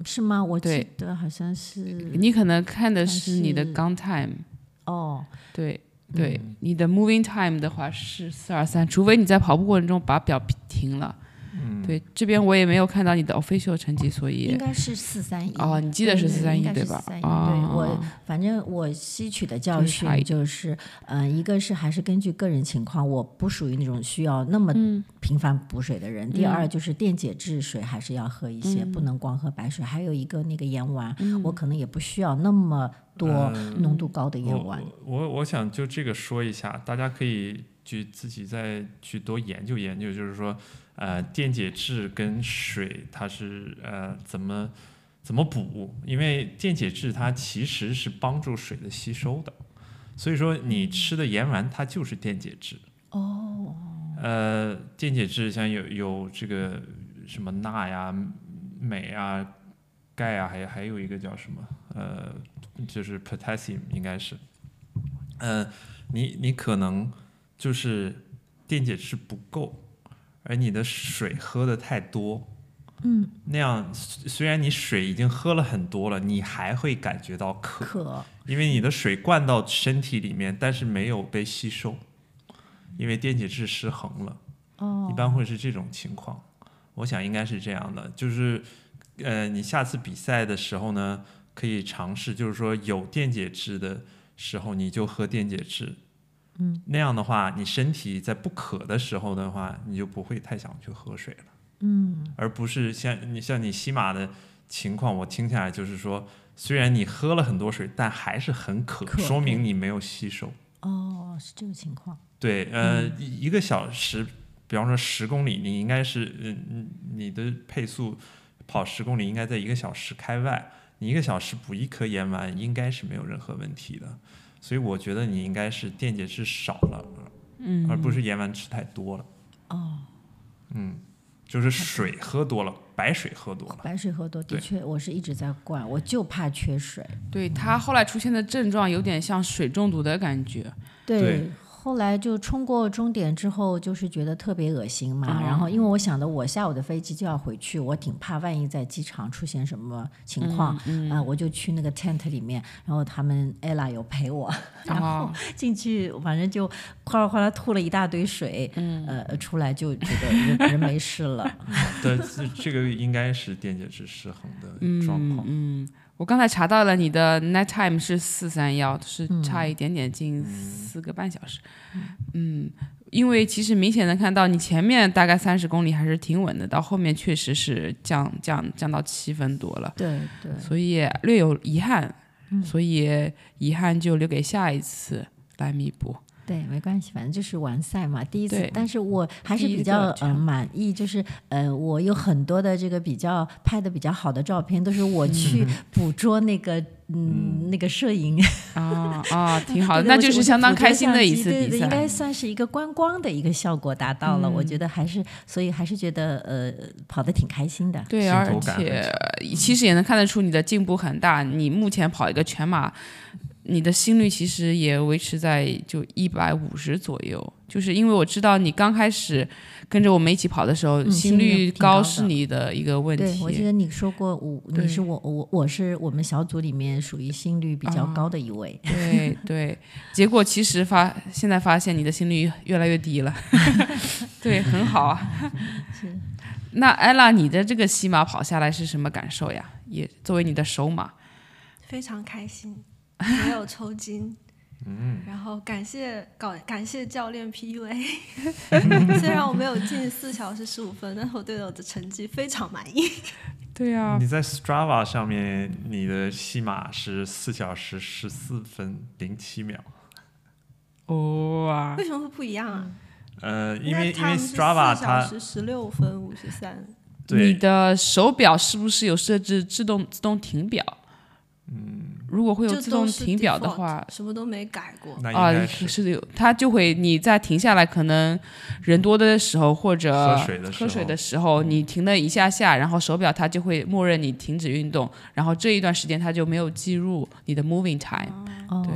S4: 是吗？我记
S1: 对
S4: 得好像是
S1: 你可能看的是你的
S4: 嗯是
S1: gun time，
S4: 哦，
S1: 对对，
S4: 嗯
S1: 你的 moving time 的话是四二三，除非你在跑步过程中把表停了。对，这边我也没有看到你的 official 成绩，所以
S4: 应该是四三一
S1: 哦你记得是431对吧
S4: 对
S1: 哦
S4: 我反正我吸取的教
S1: 就是差一
S4: 训就是，呃，一个是还是根据个人情况，我不属于那种需要那么
S1: 嗯
S4: 频繁补水的人。第二就是电解质水还是要喝一些，
S1: 嗯
S4: 不能光喝白水。还有一个那个盐丸，我可能也不需要那么多
S1: 呃
S2: 嗯
S4: 浓度高的盐丸。
S2: 我我我想就这个说一下，大家可以去自己再去多研究研究，就是说，呃，电解质跟水它是呃怎么怎么补？因为电解质它其实是帮助水的吸收的，所以说你吃的盐丸它就是电解质。哦。呃，电解质像有有这个什么钠呀、镁啊、钙啊，还有还有一个叫什么呃，就是 potassium 应该是。嗯，你你可能就是电解质不够，而你的水喝的太多，嗯，那样虽虽然你水已经喝了很多了，你还会感觉到渴，
S4: 可
S2: 因为你的水灌到身体里面，但是没有被吸收，因为电解质失衡了。
S4: 哦
S2: 一般会是这种情况。我想应该是这样的，就是呃，你下次比赛的时候呢，可以尝试，就是说有电解质的时候你就喝电解质。嗯，那样的话，你身体在不渴的时候的话，你就不会太想去喝水了。嗯，而不是像你像你西马的情况，我听下来就是说，虽然你喝了很多水，但还是很渴，
S4: 渴
S2: 说
S4: 对
S2: 明你没有吸收。
S4: 哦，是这个情况。
S2: 对，呃，
S1: 嗯
S2: 一一个小时，比方说十公里，你应该是，嗯、嗯你的配速跑十公里应该在一个小时开外，你一个小时补一颗盐丸应该是没有任何问题的，所以我觉得你应该是电解质少了，嗯，而不是盐丸吃太多了。哦，嗯，就是水喝多了，白水喝多 了。
S4: 白水喝多，的
S2: 对
S4: 确我是一直在灌，我就怕缺水。
S1: 对他后来出现的症状有点像水中毒的感觉。
S4: 对。
S2: 对
S4: 后来就冲过终点之后，就是觉得特别恶心嘛。
S1: 嗯
S4: 然后因为我想的，我下午的飞机就要回去，我挺怕万一在机场出现什么情况啊、我就去那个 tent 里面，然后他们 Ella 有陪我， 然后
S1: 哦
S4: 进去反正就哗啦哗啦吐了一大堆水，呃，出来就觉得人人没事了。
S2: 对，这这个应该是电解质失衡
S1: 嗯
S2: 的状况。
S1: 我刚才查到了你的 net time 是四三幺，是
S4: 嗯
S1: 差一点点近四个半小时。嗯，因为其实明显能看到你前面大概三十公里还是挺稳的，到后面确实是降降降到七分多了，
S4: 对对，
S1: 所以略有遗憾，
S4: 嗯
S1: 所以遗憾就留给下一次来弥 补。
S4: 对，没关系，反正就是完赛嘛，第一次
S1: 对。
S4: 但是我还是
S1: 第一
S4: 比较
S1: 个
S4: 呃
S1: 场
S4: 满意，就是呃，我有很多的这个比较拍的比较好的照片，都是我去
S1: 嗯
S4: 捕捉那个嗯那个摄影。
S1: 啊啊，挺好的，
S4: 对对
S1: 那
S4: 我
S1: 就是
S4: 我
S1: 相当
S4: 捕捉
S1: 开心
S4: 相
S1: 的一
S4: 机
S1: 次
S4: 对对
S1: 比
S4: 对应
S1: 赛嗯
S4: 该。算是一个观光的一个效果达到了。我觉得还是，所以还是觉得呃跑得挺开心的。
S1: 对，
S2: 幸
S1: 而
S2: 福感很
S1: 且其实也能看得出你的进步很大。你目前跑一个全马，你的心率其实也维持在就一百五十左右。就是因为我知道你刚开始跟着我们一起跑的时候，
S4: 嗯
S1: 心
S4: 心率
S1: 率
S4: 挺高的
S1: 是你的一个问
S4: 对，我记
S1: 题。
S4: 得你说过我
S1: 对
S4: 你是我我我是我们小组里面属于心率比
S1: 啊
S4: 较高的一位。
S1: 对对，结果其实发现在发现你的心率越来越低了， 对，很好 啊。那艾拉，你的这个西马跑下来是什么感受呀？也作为你的首马，
S3: 非常开心， 没有抽筋。嗯， 然后感谢搞感谢教 练 PUA，虽然我没有进四小时十五分，但是我对我的成绩非常满意。
S1: 对
S3: 嗯
S1: 啊
S2: 你，在 Strava 上面，你的戏码是四小时十四分零七秒。
S1: 哦啊
S3: 为，什么会不一样啊？
S2: 呃，因为
S3: 那
S2: 因
S3: 他
S2: 为
S3: 们是
S2: Strava
S3: 四小
S2: 它
S3: 时十六分五十三，
S1: 你
S2: 对
S1: 的手表是不是有设置自动自动停表？嗯，如果会有
S3: 这
S1: 自
S3: 都
S1: 动
S3: 是
S1: 停表的
S3: default，
S1: 话，
S3: 什么都没改过。
S2: 那
S1: 啊
S2: 应该，是
S1: 是的有，它就会你在停下来，可能人多的时候或者
S2: 喝水的时候嗯
S1: 喝水的时候，你停了一下下，然后手表它就会默认你停止运动，然后这一段时间它就没有计入你的 moving time，、
S4: 哦
S1: 对。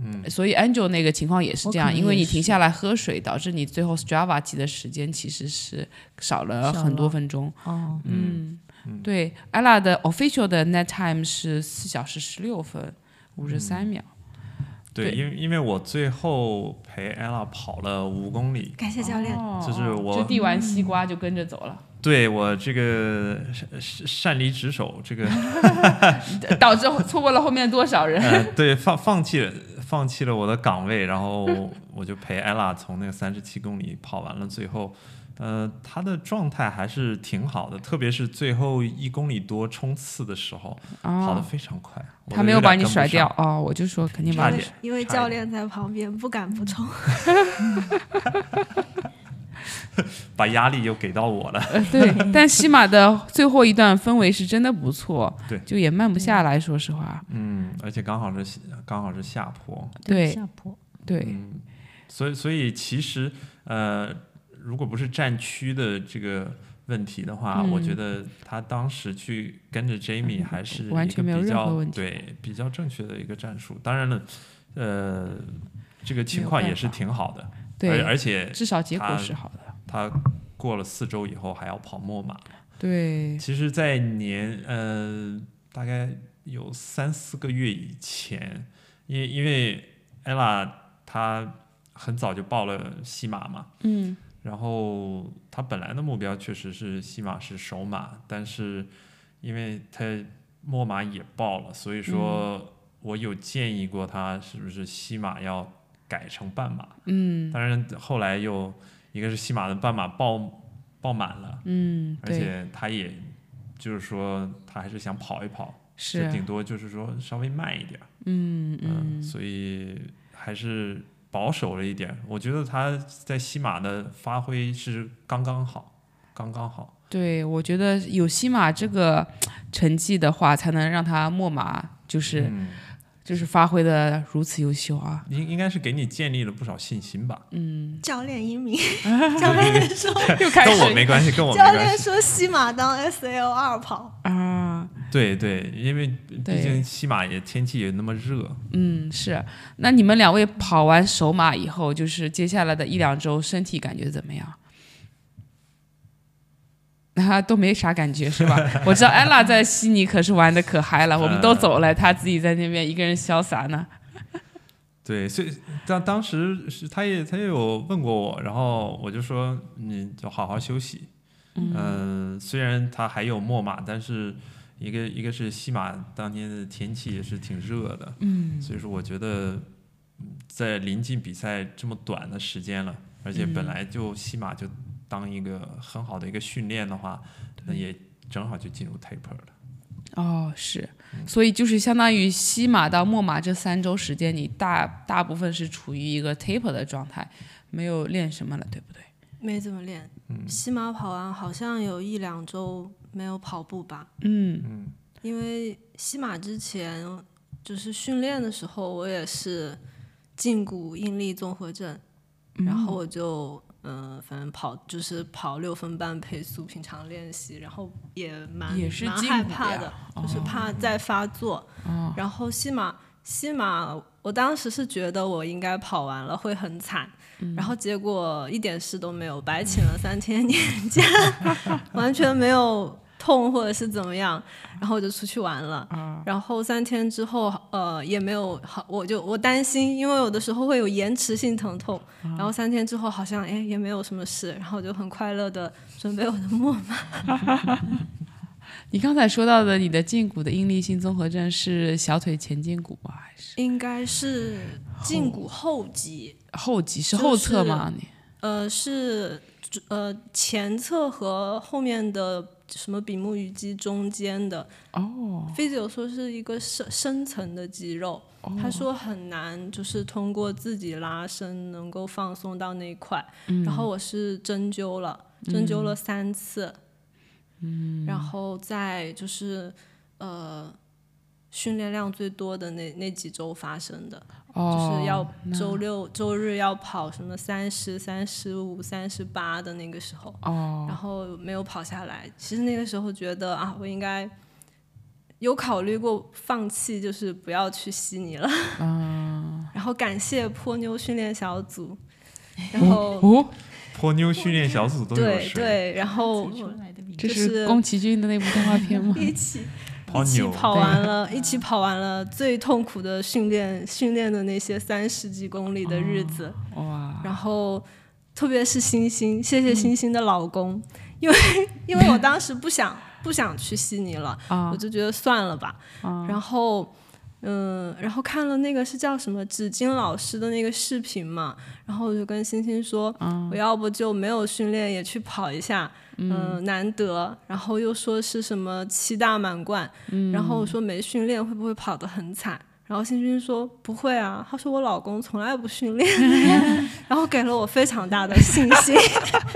S2: 嗯
S1: 所以 Angel 那个情况也是
S4: 我
S1: 这
S4: 可
S1: 样，
S4: 能
S1: 因为
S4: 也
S1: 你停
S4: 是
S1: 下来喝水，导致你最后 Strava 记的时间其实是少了
S4: 少
S1: 很多
S4: 了
S1: 分钟。
S4: 哦，
S1: 嗯，对，ella 的 official 的 net time 是四小时十六分五十三秒。
S2: 对，
S1: 对
S2: 因为因为我最后陪 ella 跑了五公里，
S3: 感谢教练，
S2: 这是我
S1: 就哦递完西瓜就跟着走了，
S2: 对我这个善擅离职守，这个嗯
S1: 导致错过了后面多少 人。
S2: 呃，对放放弃了放弃了我的岗位，然后我就陪 ella 从那个三十七公里跑完了，最后，呃，她的状态还是挺好的，特别是最后一公里多冲刺的时候，跑
S1: 啊，
S2: 得非常快，我
S1: 他
S2: 都
S1: 没
S2: 有
S1: 有
S2: 点
S1: 把你
S2: 跟不
S1: 甩
S2: 上
S1: 掉，啊！我就说肯定
S3: 因
S1: 把
S2: 差
S1: 你
S3: 为
S2: 点
S3: 因为
S2: 差一
S3: 教
S2: 点
S3: 练在旁边不敢不冲。
S2: 把压力又给到我 了。
S1: 呃对。 但西马的最后一段氛围是真的不错，
S2: 对
S1: 就也慢不下来，说实话，
S2: 嗯，而且刚好是下刚好是下坡，
S1: 对
S4: 下坡，
S1: 对，
S2: 嗯所以所以其实呃，如果不是战区的这个问题的话，我
S1: 嗯
S2: 觉得他当时去跟着 Jamie 还是一个
S1: 完全没有
S2: 比
S1: 任
S2: 较
S1: 何问题
S2: 对比较正确的一个战术。当然了，呃，这个情
S4: 没有
S2: 况也
S4: 办
S2: 是
S4: 法
S2: 挺好的，
S1: 对
S2: 而而且
S1: 至少结果
S2: 他
S1: 是好的，
S2: 他过了四周以后还要跑墨马，
S1: 对，
S2: 其实，在年呃大概有三四个月以前，因因为 ella 她很早就报了西马嘛，
S1: 嗯，
S2: 然后她本来的目标确实是西马是首马，但是因为她墨马也报了，所以
S1: 嗯
S2: 说我有建议过她是不是西马要改成半马，嗯，当然后来又一个是西马的半马报报满了。
S1: 嗯，
S2: 而
S1: 对，
S2: 且他也就是说，他还是想跑一跑，
S1: 是
S2: 就顶多就是说稍微慢一点儿，
S1: 嗯
S2: 嗯，
S1: 嗯，
S2: 所以还是保守了一点儿。我觉得他在西马的发挥是刚刚好，刚刚好，
S1: 对，我觉得有西马这个成绩的话，才能让他墨马就是、
S2: 嗯，
S1: 就是发挥的如此优秀 啊。
S2: 应应该是给你建立了不少信心 吧，
S3: 教练英明，教练说，
S1: 又 开
S2: 跟我
S1: 始
S2: 没关系，跟我没
S3: 教
S2: 关
S3: 练
S2: 系，
S3: 说西马当 S L 二跑，
S1: 啊，
S2: 对对，因为毕
S1: 对
S2: 竟西马也天气也那么热，
S1: 嗯，是。那你们两位跑完首马以后，就是接下来的一两周，身体感觉怎么样？ 啊，都没啥感觉是吧？我知道 ella 在悉尼可是玩的可嗨了，我 们都
S2: 嗯
S1: 走了，她自己在那边一个人潇洒呢。
S2: 对，所以当当时是他也他也有问过我，然后我就说你就好好休息。嗯、虽然他还有墨马，但是一个一个是西马当天的天气也是挺热的，嗯，所以说我觉得嗯在临近比赛这么短的时间了，而且
S3: 嗯
S2: 本来就西马就当一个很好的一个训练的话，那也正好就进入 taper 了。
S1: 哦，是，所以就是相当于西马到墨马这三周时间，你大大部分是处于一个 taper 的状态，没有练什么了，对不对？
S3: 没怎么练。
S1: 嗯
S3: 西马跑完好像有一两周没有跑步吧，
S1: 嗯
S3: 因为西马之前就是训练的时候，我也是胫骨应力综合症，
S1: 嗯
S3: 然后我就嗯、呃反正跑就是跑六分半配速，平常练习，然后也蛮
S1: 也是
S3: 蛮
S1: 胫骨
S3: 害怕
S1: 呀
S3: 的，就是怕再发作。然后西马西马，我当时是觉得我应该跑完了会很惨，然后结果一点事都没有，白请了三天年 假，完全没有痛或者是怎么样，然后我就出去玩了。然后三天之后，呃，也没有好，我就我担心，因为有的时候会有延迟性疼痛，然后三天之后好像哎也没有什么事，然后我就很快乐的准备我的墨马。
S1: 你刚才说到的你的胫骨的应力性综合症是小腿前胫骨吗？还是
S3: 应该是 胫骨后棘，
S1: 后棘是后侧吗？你
S3: 呃，是呃前侧和后面的什么比目鱼肌中间的。
S1: 哦
S3: physio 说是一个深深层的肌肉，他说很难就是通过自己拉伸能够放松到那一块。然后我是针灸了，针灸了三次，嗯，然后再就是呃训练量最多的那那几周发生的。
S1: 哦，
S3: 就是要周六、周日要跑什么三十三、十五、三十八的那个时候，
S1: 哦，
S3: 然后没有跑下来。其实那个时候觉得啊，我应该有考虑过放弃，就是不要去悉尼了。
S1: 啊
S3: 然后感谢波妞训练小组， 然后、
S1: 哦，
S2: 泼妞训练小组都有
S3: 对
S2: 谁？
S3: 对，然后
S1: 这
S3: 就是
S1: 是宫崎骏的那部动画片吗？
S3: 一起
S2: 泡
S3: 一起
S2: 妞，
S3: 跑完
S1: 啊
S3: 了，一起跑完了最痛苦的训练训练的那些三十几公里的日子。
S1: 哇，
S3: 然后特别是星星，谢谢星星的老公，因为因为我当时不想不想去悉尼了，
S1: 啊
S3: 我就觉得算了吧。然后嗯、然后看了那个是叫什么纸巾老师的那个视频嘛，然后我就跟星星说，我要不就没有训练也去跑一下。嗯、难得，然后又说是什么七大满贯，然后我说没训练会不会跑得很惨？然后星星说不会啊，他说我老公从来不训练，然后给了我非常大的信心。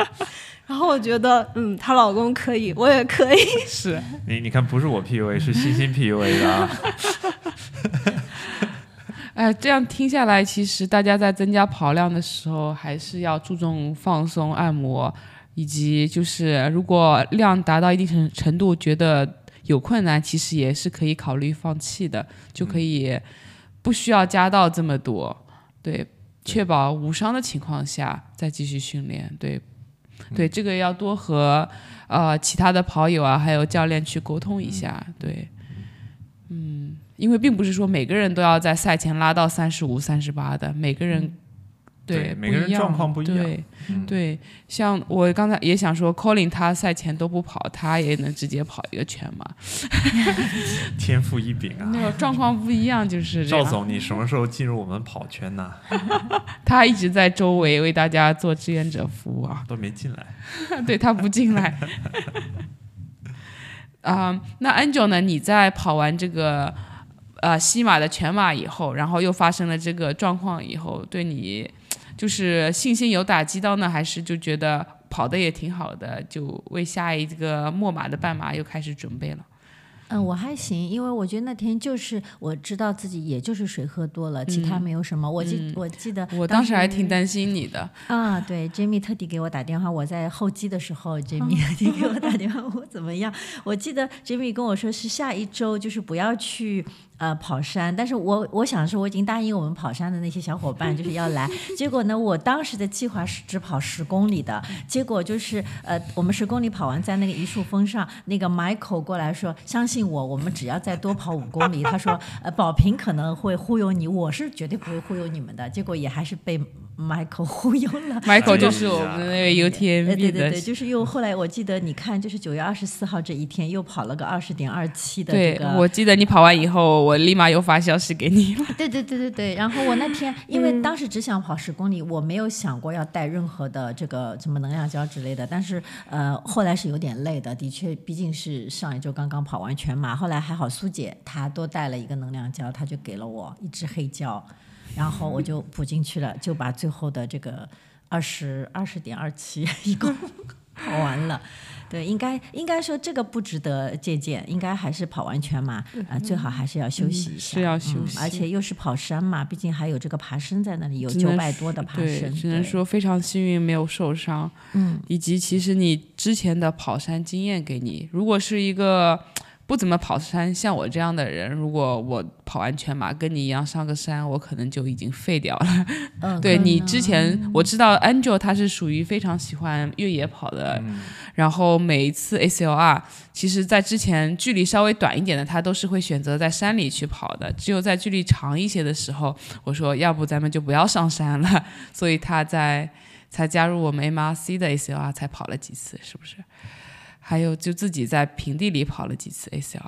S3: 然后我觉得，嗯，她老公可以，我也可以。
S1: 是
S2: 你你看，不是我 PUA，是星星 PUA 的啊。
S1: 哎，这样听下来，其实大家在增加跑量的时候，还是要注重放松、按摩，以及就是如果量达到一定程程度，觉得有困难，其实也是可以考虑放弃的，就
S2: 嗯
S1: 可以不需要加到这么多，对，确保无伤的情况下再继续训练，对。
S2: 嗯
S1: 对，这个要多和呃其他的跑友啊，还有教练去沟通一下，
S2: 嗯
S1: 对。嗯因为并不是说每个人都要在赛前拉到三十五、三十八的，每个人、
S2: 嗯对
S1: 不
S2: 每个人
S1: 一样
S2: 状况不一样
S1: 对、
S2: 嗯
S1: 对，像我刚才也想说，Colin 他赛前都不跑，他也能直接跑一个全马，
S2: 天赋异禀啊！
S1: 那种状况不一样就是这
S2: 赵
S1: 样。
S2: 总，你什么时候进入我们跑圈呢、
S1: 他一直在周围为大家做志愿者服务啊，
S2: 都没进来。
S1: 对他不进来。啊、那 Angel 呢？你在跑完这个呃西马的全马以后，然后又发生了这个状况以后，对你就是信心有打击到呢，还是就觉得跑的也挺好的，就为下一个墨马的半马又开始准备了？
S4: 嗯，我还行，因为我觉得那天就是我知道自己也就是水喝多了，其他没有什么。我记、我记得
S1: 嗯我当时还挺担心你的，
S4: 啊，对，Jamie 特地给我打电话，我在候机的 时候，Jamie 特地给我打电话，我怎么样？我记得 Jamie 跟我说是下一周，就是不要去呃跑山，但是我我想说我已经答应我们跑山的那些小伙伴就是要来， 结果呢，我当时的计划是只跑十公里的，结果就是呃，我们十公里跑完，在那个一树峰上，那个 Michael 过来说，相信我，我们只要再多跑五公里，他说 呃，宝平可能会忽悠你，我是绝对不会忽悠你们的，结果也还是被 Michael 忽悠了。
S1: Michael 就是我们的那个
S4: 哎，对
S1: UTMB
S4: 对
S1: 的嗯
S4: 对，就是又后来我记得，你看，就是九月二十四号这一天又跑了个二十点二七的这
S1: 对
S4: 个，，
S1: 我记得你跑完以后，我立马又发消息给你了。
S4: 对对对对对。然后我那天因
S1: 嗯
S4: 为当时只想跑十公里，我没有想过要带任何的这个什么能量胶之类的，但是呃后来是有点累的，的确，毕竟是上一周刚刚跑完全马，后来还好苏姐她多带了一个能量胶，她就给了我一支黑胶，然 后我就补进去了，就把最后的这个二十二十点二七一 共跑完了。对，应该应该说这个不值得借鉴，应该还是跑完全马啊、
S1: 嗯
S4: 最好还是要休息一下，
S1: 是要休
S4: 嗯
S1: 息
S4: 而且又是跑山嘛，毕竟还有这个爬升在那里，有
S1: 只能
S4: 九百多的
S1: 说
S4: 爬
S1: 对，
S4: 升，
S1: 只能
S4: 对
S1: 说非常幸运没有受伤。
S4: 嗯，
S1: 以及其实你之前的跑山经验给你，如果是一个不怎么跑山像我这样的人，如果我跑完全马跟你一样上个山，我可能就已经废掉了。
S4: 嗯，
S1: 对
S4: 可
S1: 你
S4: 能
S1: 之
S4: 嗯
S1: 前我知道 Angel 他是属于非常喜欢越野跑的，然后每一次 ACLR，其实在之前距离稍微短一点的，他都是会选择在山里去跑的。只有在距离长一些的时候，我说要不咱们就不要上山了， 所以他在才加入我们 MRC 的 ACLR 才跑了几次，是不是？还有就自己在平地里跑了几次 ACR。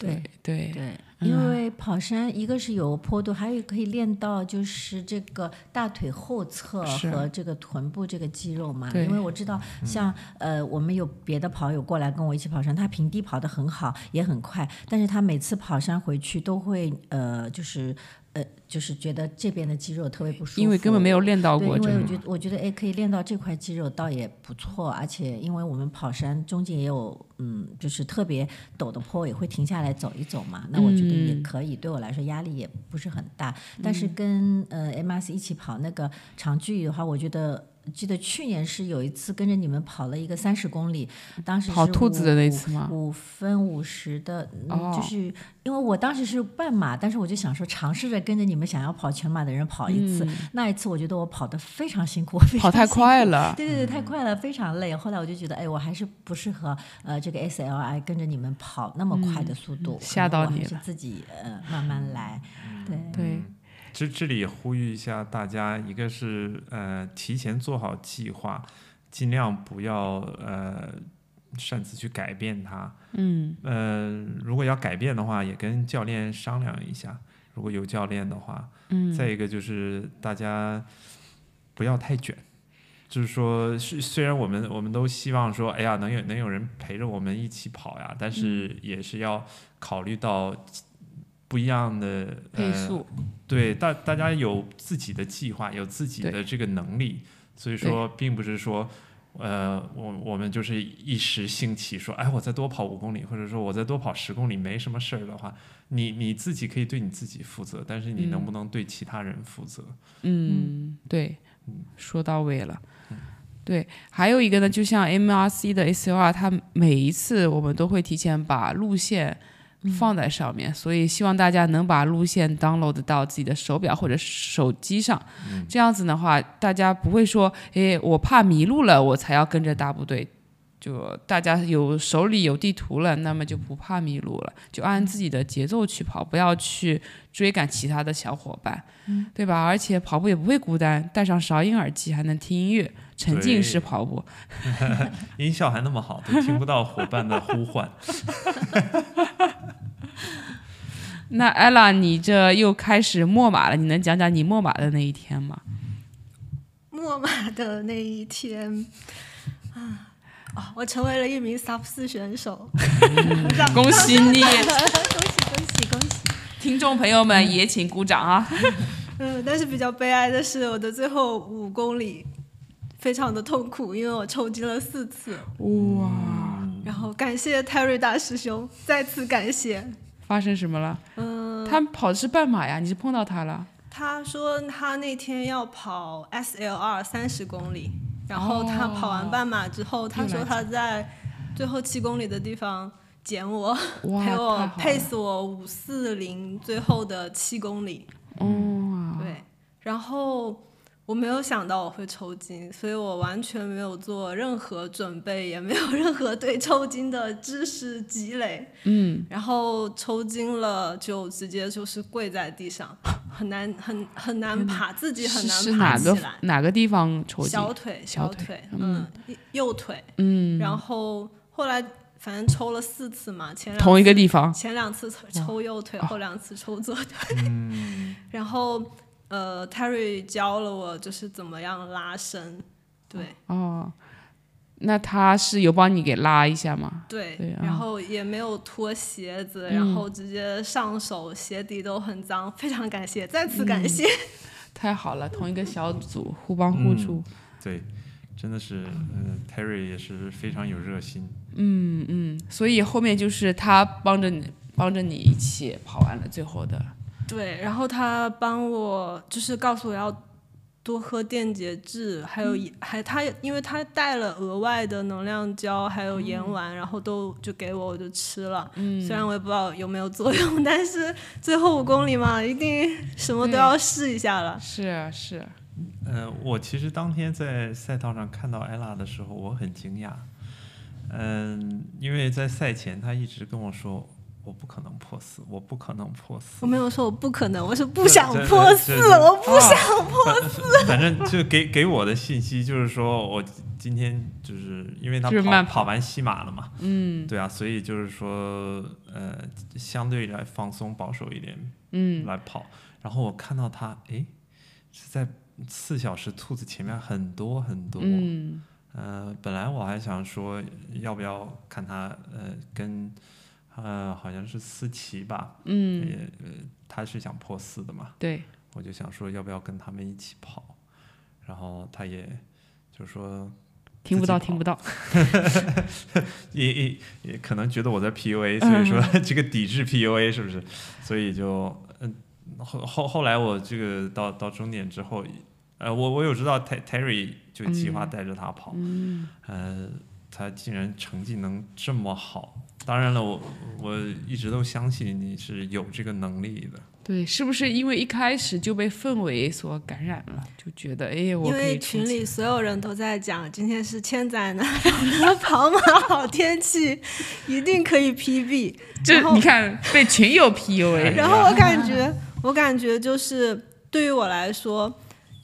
S4: 对
S1: 对，嗯
S4: 对，因为跑山一个是有坡度，还有可以练到就是这个大腿后侧
S1: 是
S4: 和这个臀部这个肌肉嘛。
S1: 对嗯
S4: 因为我知道像呃，我们有别的跑友过来跟我一起跑山，他平地跑得很好，也很快，但是他每次跑山回去都会呃，就是呃，就是觉得这边的肌肉特别不舒服，
S1: 因为根本没有练到
S4: 对，
S1: 过
S4: 因
S1: 这个
S4: 为我觉得我觉得哎，可以练到这块肌肉倒也不错，而且因为我们跑山中间也有嗯，就是特别陡的坡，也会停下来走一走嘛。那我觉得
S1: 嗯
S4: 也可以，对我来说压力也不是很大。但是跟呃 MS 一起跑那个长距离的话，我觉得。记得去年是有一次跟着你们跑了一个三十公里，当时
S1: 跑
S4: 是
S1: 兔子的那
S4: 五
S1: 次吗？
S4: 五分五十的，嗯
S1: 啊哦
S4: 就是因为我当时是半马，但是我就想说尝试着跟着你们想要跑全马的人跑一次。那一次我觉得我跑得非常辛苦，非常
S1: 嗯跑太
S4: 辛
S1: 快了，嗯
S4: 对对对，太快了，非常累。后来我就觉得，哎，我还是不适合呃这个 SLI 跟着你们跑那么快的速度，可
S1: 嗯
S4: 能
S1: 吓到
S4: 我还
S1: 你
S4: 是
S1: 了嗯
S4: 自己呃慢慢来。对，
S1: 对，
S2: 这这里也呼吁一下大家，一个是呃提前做好计划，尽量不要呃擅自去改变它。嗯，呃，如果要改变的话，也跟教练商量一下，如果有教练的话。嗯，再一个就是大家不要太卷。就是说，虽虽然我们我们都希望说，哎呀，能有能有人陪着我们一起跑呀，但是也是要考虑到不一样的
S1: 配
S2: 呃
S1: 速，
S2: 对，大大家有自己的计划，有自己
S1: 对
S2: 的这个能力，所以说并不是说，呃，我我们就是一时兴起说，哎，我再多跑五公里，或者说我再多跑十公里没什么事儿的话，你你自己可以对你自己负责，但是你能不能对其他人负责？
S1: 嗯，对，说到位了。对，还有一个呢，就像 MRC 的 ACR，它每一次我们都会提前把路线放在上面，所以希望大家能把路线 download 到自己的手表或者手机上。这样子的话，大家不会说，诶，我怕迷路了，我才要跟着大部队。就大家有手里有地图了，那么就不怕迷路了，就按自己的节奏去跑，不要去追赶其他的小伙伴。对吧？而且跑步也不会孤单，戴上韶音耳机还能听音乐，沉浸式
S2: 对
S1: 跑步。
S2: 音效还那么好，都听不到伙伴的呼唤。
S1: 那 ella，你这又开始墨马了，你能讲讲你墨马的那一天吗？
S3: 墨马的那一天啊，哦，我成为了一名 sub 四选手，
S1: 恭喜你，
S3: 恭喜恭喜恭喜！
S1: 听众朋友们也请鼓掌啊！
S3: 嗯，但是比较悲哀的是，我的最后五公里非常的痛苦，因为我抽筋了四次。
S1: 哇，
S3: 然后感谢 Terry 大师兄，再次感谢。
S1: 发生什么了？
S3: 嗯，
S1: 他跑的是半马呀，你是碰到他了？
S3: 他说他那天要跑 SLR 三十公里，然后他跑完半马之
S1: 哦
S3: 后，他说他在最后七公里的地方捡我，
S1: 哇，
S3: 陪我
S1: 太好
S3: 配
S1: 了！
S3: 死我五四零最后的七公里。
S1: 哦，
S3: 对，然后我没有想到我会抽筋，所以我完全没有做任何准备，也没有任何对抽筋的知识积累。嗯，然后抽筋了就直接就是跪在地上，很难很很难爬，自己很
S1: 是是
S3: 难爬
S1: 哪
S3: 起
S1: 个
S3: 来。
S1: 哪个地方抽筋？
S3: 小腿，
S1: 小
S3: 小
S1: 腿
S3: 腿，嗯，右腿，嗯，然后后来反正抽了四次嘛，前两
S1: 同一
S3: 次
S1: 个地方。
S3: 前两次
S1: 嗯
S3: 抽抽右腿，
S1: 哦
S3: 后两次抽左腿。 然后呃，Terry 教了我就是怎么样拉伸，对
S1: 哦，那他是有帮你给拉一下吗？
S3: 对
S1: 对啊嗯
S3: 然后也没有脱鞋子，然后直接上手，鞋底都很脏，非常感谢，再次
S1: 嗯
S3: 感谢。
S1: 太好了，同一个小组，互帮互助。
S2: 对，真的是，嗯、呃、，Terry 也是非常有热心。嗯
S1: 所以后面就是他帮着你，帮着你一起跑完了最后的。
S3: 啊对，然后他帮我就是告诉我要多喝电解质，还有、还他因为他带了额外的能量胶，还有盐丸，然后都就给我，我就吃了。虽然我也不知道有没有作用， 但是最后五公里嘛，一定什么都
S1: 对
S3: 要试一下了。
S1: 是啊，是啊，
S2: 呃，我其实当天在赛道上看到艾拉的时候，我很惊讶。嗯，因为在赛前她一直跟我说，我不可能破四，我不可能破四
S3: 我。没有说我不可能，我是不
S2: 这
S3: 想
S2: 这
S3: 破
S2: 这
S3: 四，
S2: 这
S3: 我不想破
S2: 反正就给给我的信息就是说，我今天就是因为他
S1: 就是
S2: 跑
S1: 慢
S2: 跑完西马了嘛，
S1: 嗯
S2: 对啊，所以就是说，呃，相对来放松保守一点
S1: 嗯
S2: 来跑。然后我看到他，诶，是在四小时兔子前面很多很多。
S1: 嗯
S2: 呃，本来我还想说要不要看他，呃，跟呃好像是思琪吧，
S1: 嗯，
S2: 也呃，他是想破四的嘛，
S1: 对，
S2: 我就想说要不要跟他们一起跑，然后他也就说
S1: 听不到
S2: 自己跑
S1: 听不到，
S2: 也也也可能觉得我在
S3: 嗯
S2: PUA，所以说 这个抵制 PUA 是不是？所以就嗯后后后来我这个到到终点之后，呃，我我有知道 Ter- Terry 就计划带着他跑，
S1: 嗯
S2: 呃，他竟然成绩能这么好。当然了，我我一直都相信你是有这个能力的。
S1: 对，是不是因为一开始就被氛围所感染了，就觉得哎，我
S3: 因
S1: 可以
S3: 为
S1: 冲
S3: 群
S1: 刺
S3: 里所有人都在讲今天是千载难逢的 跑马好天气，一定可以 PB。然
S1: 这
S3: 后
S1: 你看被群友 PUA，
S3: 然后我感觉，我感觉就是对于我来说，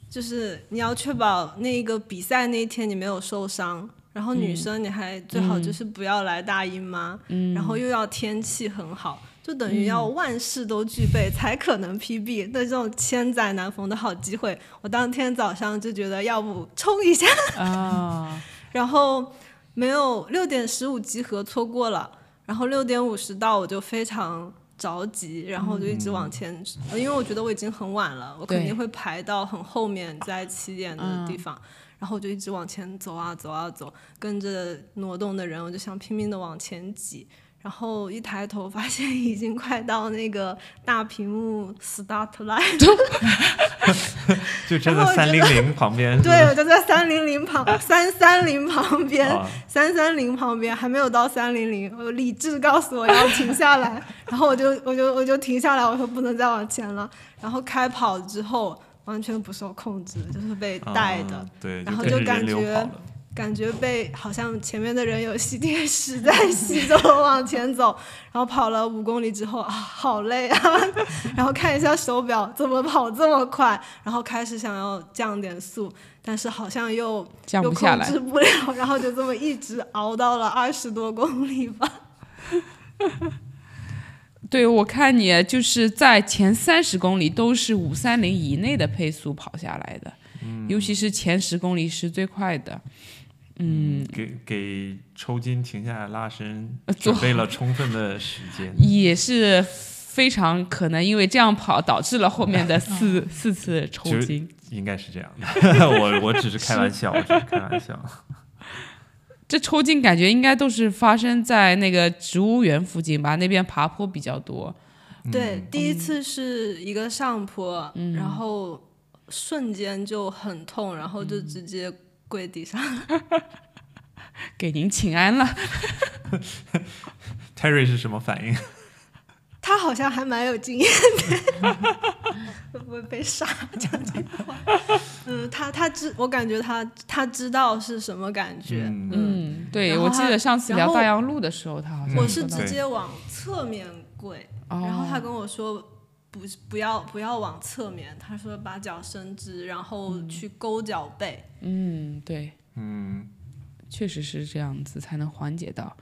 S3: 就是你要确保那个比赛那一天你没有受伤，然后女生你还最好就是不要来大姨妈，然后又要天气很好，就等于要万事都具备才可能 PB。那这种千载难逢的好机会，我当天早上就觉得要不冲一下，
S1: 啊，
S3: 然后没有六点十五集合错过了，然后六点五十到我就非常着急，然后我就一直往前，呃因为我觉得我已经很晚了，我肯
S1: 对
S3: 定会排到很后面，在起点的地方。然后我就一直往前走啊走啊走，跟着挪动的人，我就想拼命的往前挤。然后一抬头，发现已经快到那个大屏幕 start line
S2: 就站在
S3: 然后我觉
S2: 三
S3: 得
S2: 零零旁边，
S3: 对，我就在三零零旁三三零旁边
S2: 啊，
S3: 三三零旁边还没有到三零零，我理智告诉我要停下来， 然后我就我就我就停下来，我说不能再往前了。然后开跑之后完全不受控制，就是被带的，
S2: 啊对，
S3: 然后
S2: 跟
S3: 就
S2: 着
S3: 感
S2: 人流
S3: 觉
S2: 跑了。
S3: 感觉被好像前面的人有吸铁石在吸着我往前走， 然后跑了五公里之后啊，好累啊， 然后看一下手表，怎么跑这么快？然后开始想要降点速，但是好像又
S1: 降
S3: 又
S1: 不下
S3: 控
S1: 来
S3: 制，不了，然后就这么一直熬到了二十多公里吧。
S1: 对，我看你就是在前三十公里都是五三零以内的配速跑下来的，
S3: 嗯
S1: 尤其是前十公里是最快的。嗯，
S2: 给给抽筋、停下来拉伸
S1: 呃做。
S2: 准备了充分的时间
S1: 嗯也是非常可能因为这样跑导致了后面的 四四次抽
S2: 其实
S1: 筋。
S2: 应该是这样的， 我我只是开玩笑，我只是开玩笑。
S1: 这抽筋感觉应该都是发生在那个植物园附近吧，那边爬坡比较多。
S2: 嗯
S3: 对，第
S1: 嗯
S3: 一次是一个上坡，然后瞬间就很痛，然后就
S1: 嗯
S3: 直接跪地上。
S1: 给您请安了，
S2: Terry 是什么反应？
S3: 他好像还蛮有经验的， 会不会被杀？ 讲这个话，嗯，他他知，我感觉他他知道是什么感觉。
S2: 嗯，
S1: 嗯，对，
S3: 然后
S1: 我记
S3: 他
S1: 得上次
S3: 然
S1: 聊
S3: 后
S1: 大洋路的时候，他好像
S3: 我
S1: 说
S3: 是
S1: 到
S3: 直
S2: 对
S3: 接往侧面跪，然后他
S1: 哦
S3: 跟我说不是不要不要往侧面，他说把脚伸直，然后去勾脚背。
S1: 嗯，对，
S2: 嗯，
S1: 确实是这样子才能缓解到。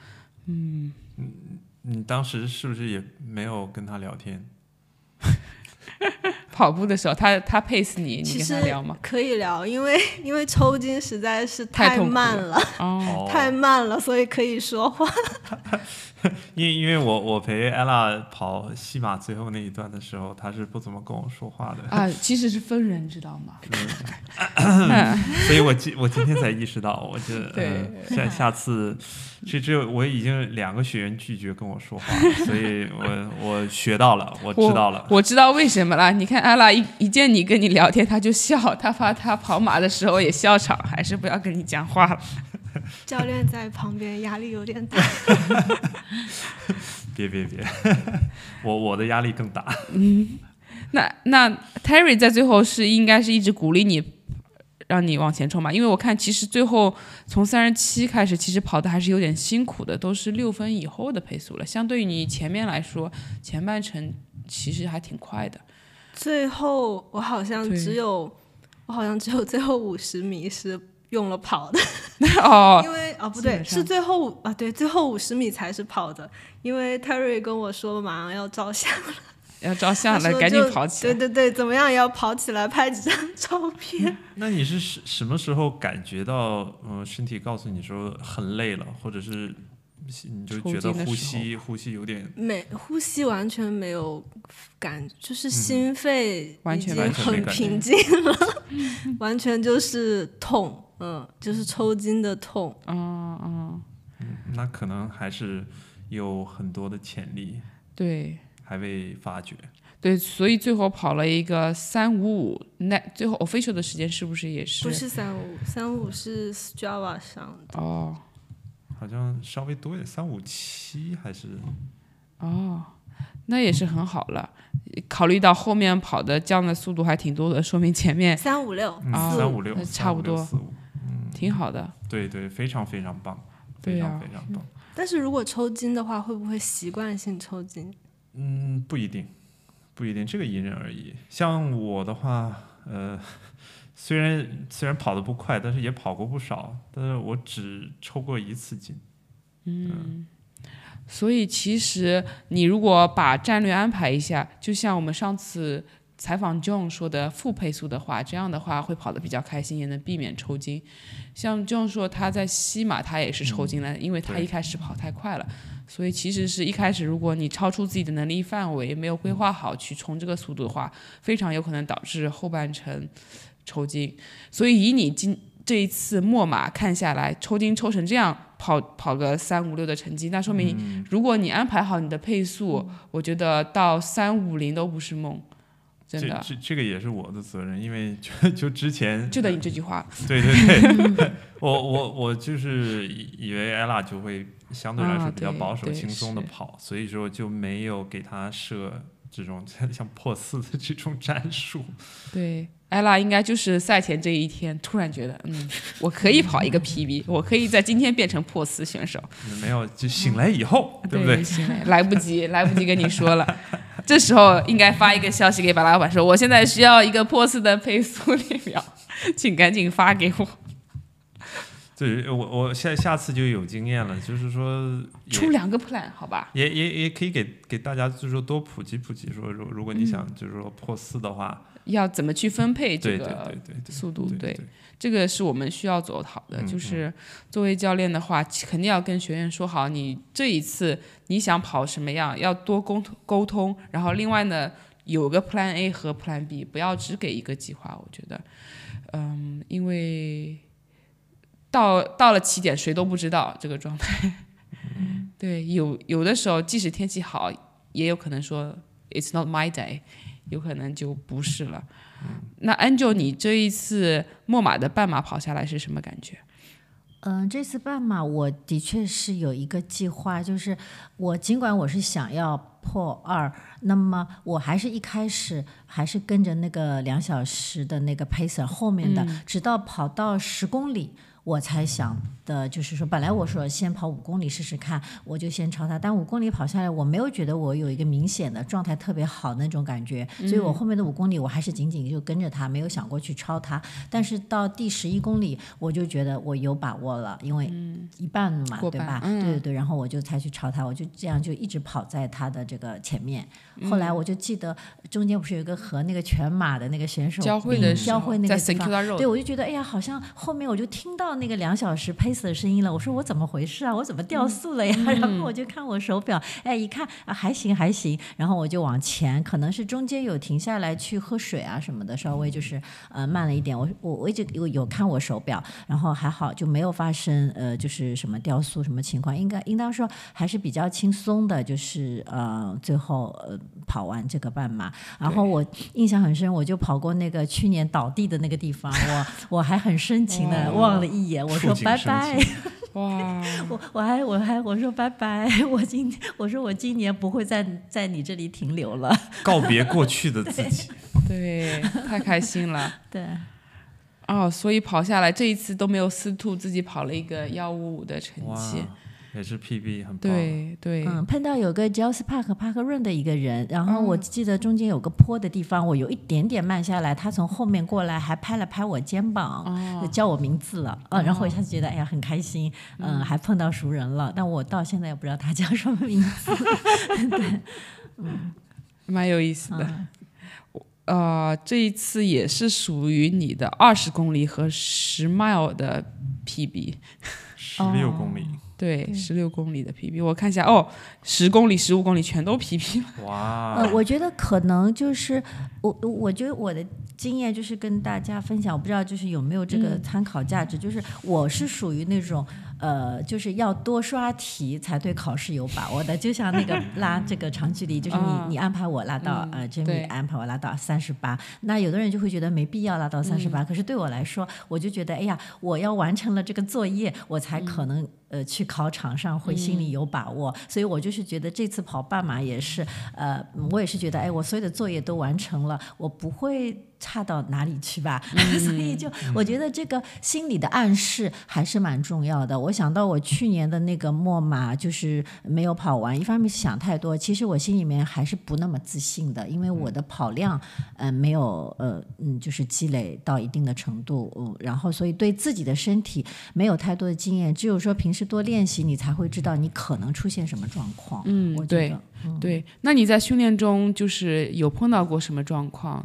S2: 你当时是不是也没有跟他聊天？
S1: 跑步的时候，他他 pace 你，你
S3: 其
S1: 跟
S3: 实
S1: 他聊吗？
S3: 可以聊，因为因为抽筋实在是
S1: 太痛苦
S3: 慢了，
S1: 哦，
S2: 哦，
S3: 太慢了，所以可以说话。
S2: 因因为我我陪 ella 跑西马最后那一段的时候，他是不怎么跟我说话的，
S1: 啊，其实是分人，知道吗？
S2: 所以我今我今天才意识到，我这呃
S1: 对
S2: 下下次，这这我已经两个学员拒绝跟我说话了，所以我我学到了，我知道了。
S1: 我知道为什么了。你看安拉一一见你跟你聊天，他就笑，他怕他跑马的时候也笑场，还是不要跟你讲话了。
S3: 教练在旁边压力有点大。
S2: 别别别，我我的压力更大。
S1: 那那 Terry 在最后是应该是一直鼓励你，让你往前冲嘛？因为我看其实最后从三十七开始，其实跑的还是有点辛苦的，都是六分以后的配速了。相对于你前面来说，前半程其实还挺快的。
S3: 最后我好像
S1: 对
S3: 只有我好像只有最后五十米是用了跑的，
S1: 哦，
S3: 因为哦不
S1: 基
S3: 对，
S1: 本上
S3: 是最后五啊对，最后五十米才是跑的，因为 Terry 跟我说马上要照相，
S1: 要照
S3: 他
S1: 相了，
S3: 说
S1: 赶紧
S3: 就
S1: 跑起来。
S3: 对对对，怎么样也要跑起来拍几张照 片。
S2: 那你是什什么时候感觉到，嗯、身体告诉你说很累了，或者是你就
S1: 抽
S2: 觉得
S1: 筋的
S2: 呼
S1: 时候
S2: 吸呼吸有点
S3: 没呼吸完全没有感，就是心肺
S1: 完
S3: 已
S1: 全
S3: 经
S1: 完
S2: 嗯全没
S3: 很
S2: 感觉
S3: 平静了， 完全就是痛，嗯，就是抽筋的痛。
S1: 嗯嗯，
S2: 那可能还是有很多的潜力
S1: 对
S2: 还未发掘。
S1: 对，所以最后跑了一个三五五，那最后 official 的时间是不是也是？
S3: 不是三五，三五是 Strava 上的，
S1: 哦
S2: 好像稍微多一点，三五七还是
S1: 哦，那也是很好了。考虑到后面跑的降的速度还挺多的，说明前面
S3: 三五六
S2: 嗯
S1: 啊
S2: 三五六
S1: 那，差不多
S2: 四五，
S1: 挺好的。
S2: 对对，非常非常棒，
S1: 对
S2: 非
S1: 呀
S2: 常非常棒。
S3: 但是如果抽筋的话，会不会习惯性抽筋？
S2: 嗯，不一定，不一定，这个因人而异。像我的话，呃，虽然虽然跑得不快，但是也跑过不少，但是我只抽过一次筋。
S1: 所以其实你如果把战略安排一下，就像我们上次采访 John 说的负配速的话，这样的话会跑得比较开心，也能避免抽筋。像 John 说他在西马他也是抽筋了，因为他
S2: 嗯对
S1: 一开始跑太快了。所以其实是一开始，如果你超出自己的能力范围，没有
S2: 嗯
S1: 规划好去冲这个速度的话，非常有可能导致后半程抽筋。所以以你今这一次墨马看下来，抽筋抽成这样，跑跑个三五六的成绩，那说明
S2: 嗯
S1: 如果你安排好你的配速，我觉得到三五零都不是梦，真
S2: 这
S1: 的。啊
S2: 这这个也是我的责任，因为就就之前
S1: 就等你这句话，
S2: 对对对，我我我就是以以为 ella 就会相对来
S1: 啊
S2: 说比较
S1: 对
S2: 保守、
S1: 对
S2: 轻松的
S1: 是
S2: 跑，所以说就没有给她设这种 像破四的这种战术。
S1: 对，艾拉应该就是赛前这一天突然觉得，嗯，我可以跑一个 PB，我可以在今天变成破四选手，
S2: 没有，就醒来以后，对不对？
S1: 行嘞来不及，来不及跟你说了。这时候应该发一个消息给巴拉板说，我现在需要一个破四的配速列表，请赶紧发给我。
S2: 对，我呃我下下次就有经验了，就是说也
S1: 出两个 plan 好吧？
S2: 也也也可以给给大家就是说多普及普及，说如如果你想就是说破四的话，
S1: 要怎么去分配这
S2: 对
S1: 个
S2: 对对对对，
S1: 速度
S2: 对
S1: 对这个是我们需要走好的，
S2: 嗯
S1: 就是作为教练的话，其肯定要跟学员说好，你这一次你想跑什么样，要多沟通沟通。然后另外呢，有个 Plan A 和 Plan B，不要只给一个计划。我觉得，嗯，因为到到了起点，谁都不知道这个状态。
S2: 嗯
S1: 对，有有的时候，即使天气好，也有可能说 It's not my day，有可能就不是了。那 Angel，你这一次墨马的半马跑下来是什么感觉？
S4: 嗯，这次半马我的确是有一个计划，就是我尽管我是想要破二，那么我还是一开始还是跟着那个两小时的那个 pacer 后面的，
S1: 嗯
S4: 直到跑到十公里。我才想的，就是说，本来我说先跑五公里试试看，我就先超他。但五公里跑下来，我没有觉得我有一个明显的状态特别好那种感觉，
S1: 嗯
S4: 所以我后面的五公里我还是紧紧就跟着他，没有想过去超他。但是到第十一公里，我就觉得我有把握了，因为一半嘛，
S1: 嗯过
S4: 对
S1: 半
S4: 吧？
S1: 嗯
S4: 对对对，然后我就才去超他，我就这样就一直跑在他的这个前面。后来我就记得中间不是有一个和那个全马的那个选手
S1: 交汇
S4: 领
S1: 的时
S4: 交
S1: 候
S4: 汇那个
S1: 在
S4: 地
S1: St.
S4: 方
S1: Kilda Road，
S4: 对，我就觉得哎呀，好像后面我就听到那个两小时 pace 的声音了。我说我怎么回事啊？我怎么掉速了呀？然后我就看我手表，哎，一看啊，还行还行。然后我就往前，可能是中间有停下来去喝水啊什么的，稍微就是呃慢了一点。我我我一直有有看我手表，然后还好就没有发生呃就是什么掉速什么情况，应该应当说还是比较轻松的，就是呃最后呃跑完这个半马。然后我印象很深，我就跑过那个去年倒地的那个地方，我 我还很深情的望了一眼，我
S2: 触
S4: 说
S2: 景
S4: 拜
S2: 生
S4: 拜，
S1: 哇，
S4: 我我还我还我说拜拜， 我今我说我今年不会在在你这里停留了，
S2: 告别过去的自己。
S1: 对，太开心了。
S4: 对。
S1: 哦，所以跑下来这一次都没有私兔，自己跑了一个幺五五的成
S2: 哇
S1: 绩，
S2: 也是 PB，很棒。
S1: 对对，
S4: 嗯，碰到有个 Jels Park Park Run 的一个人，然后我记得中间有个坡的地方，我有一点点慢下来，他从后面过来还拍了拍我肩膀，叫我名字了，啊，然后我一下子觉得哎呀很开心，嗯，还碰到熟人了，但我到现在也不知道他叫什么名字，
S1: 蛮有意思的。
S4: 嗯
S1: 呃，这一次也是属于你的二十公里和十 mile 的 PB，
S2: 十六公里，
S1: 对，十六公里的 PB，我看一下哦，十公里、十五公里全都 PB 了。
S2: 哇
S4: 呃，，我觉得可能就是我，我觉得我的经验就是跟大家分享，我不知道就是有没有这
S1: 嗯
S4: 个参考价值。就是我是属于那种呃，就是要多刷题才对考试有把握的，就像 那个拉这个长距离，就是你、
S1: 啊
S4: 你安排我拉到、
S1: 嗯
S4: 呃
S1: 对
S4: ，Jamie 安排我拉到三十八，那有的人就会觉得没必要拉到三
S1: 嗯
S4: 十八，可是对我来说，我就觉得哎呀，我要完成了这个作业，我才可
S1: 嗯
S4: 能、呃去考场上会心里有把握。所以我就是觉得这次跑半马也是，呃，嗯我也是觉得哎，我所有的作业都完成了，我不会。差到哪里去吧？
S1: 嗯
S4: 所以就我觉得这个心理的暗示还是蛮重要的。我想到我去年的那个墨马，就是没有跑完，一方面是想太多，其实我心里面还是不那么自信的，因为我
S1: 嗯
S4: 的跑量，呃，没有呃嗯，就是积累到一定的程度，嗯，然后所以对自己的身体没有太多的经验，只有说平时多练习，你才会知道你可能出现什么状况。
S1: 嗯
S4: 我觉
S1: 对
S4: 得
S1: 对，那你在训练中就是有碰到过什么状况？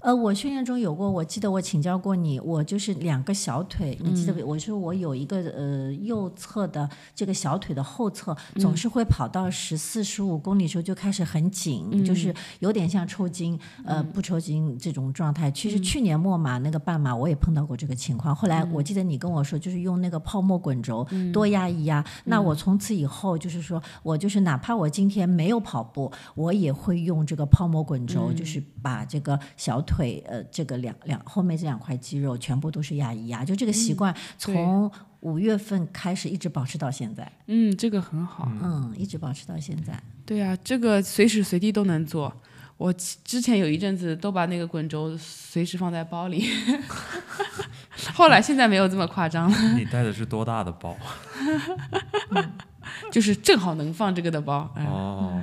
S4: 呃，我训练中有过，我记得我请教过你，我就是两个小腿，你记得不？我说我有一个呃右侧的这个小腿的后侧，总是会跑到十四十五公里时候就开始很紧，就是有点像抽筋，呃，不抽筋这种状态。其实去年末马那个半马我也碰到过这个情况，后来我记得你跟我说，就是用那个泡沫滚轴多压一压。那我从此以后就是说我就是哪怕我今天没有跑步，我也会用这个泡沫滚轴，就是把这个小腿呃这个两两后面这两块肌肉全部都是压一压，就这个习惯
S1: 对
S4: 从五月份开始一直保持到现在，
S1: 嗯，这个很好。
S4: 嗯，一直保持到现在。
S1: 对啊，这个随时随地都能做。我其之前有一阵子都把那个滚轴随时放在包里， 后来现在没有这么夸张了，
S2: 你带的是多大的包？
S1: 就是正好能放这个的包。哎
S2: 哦，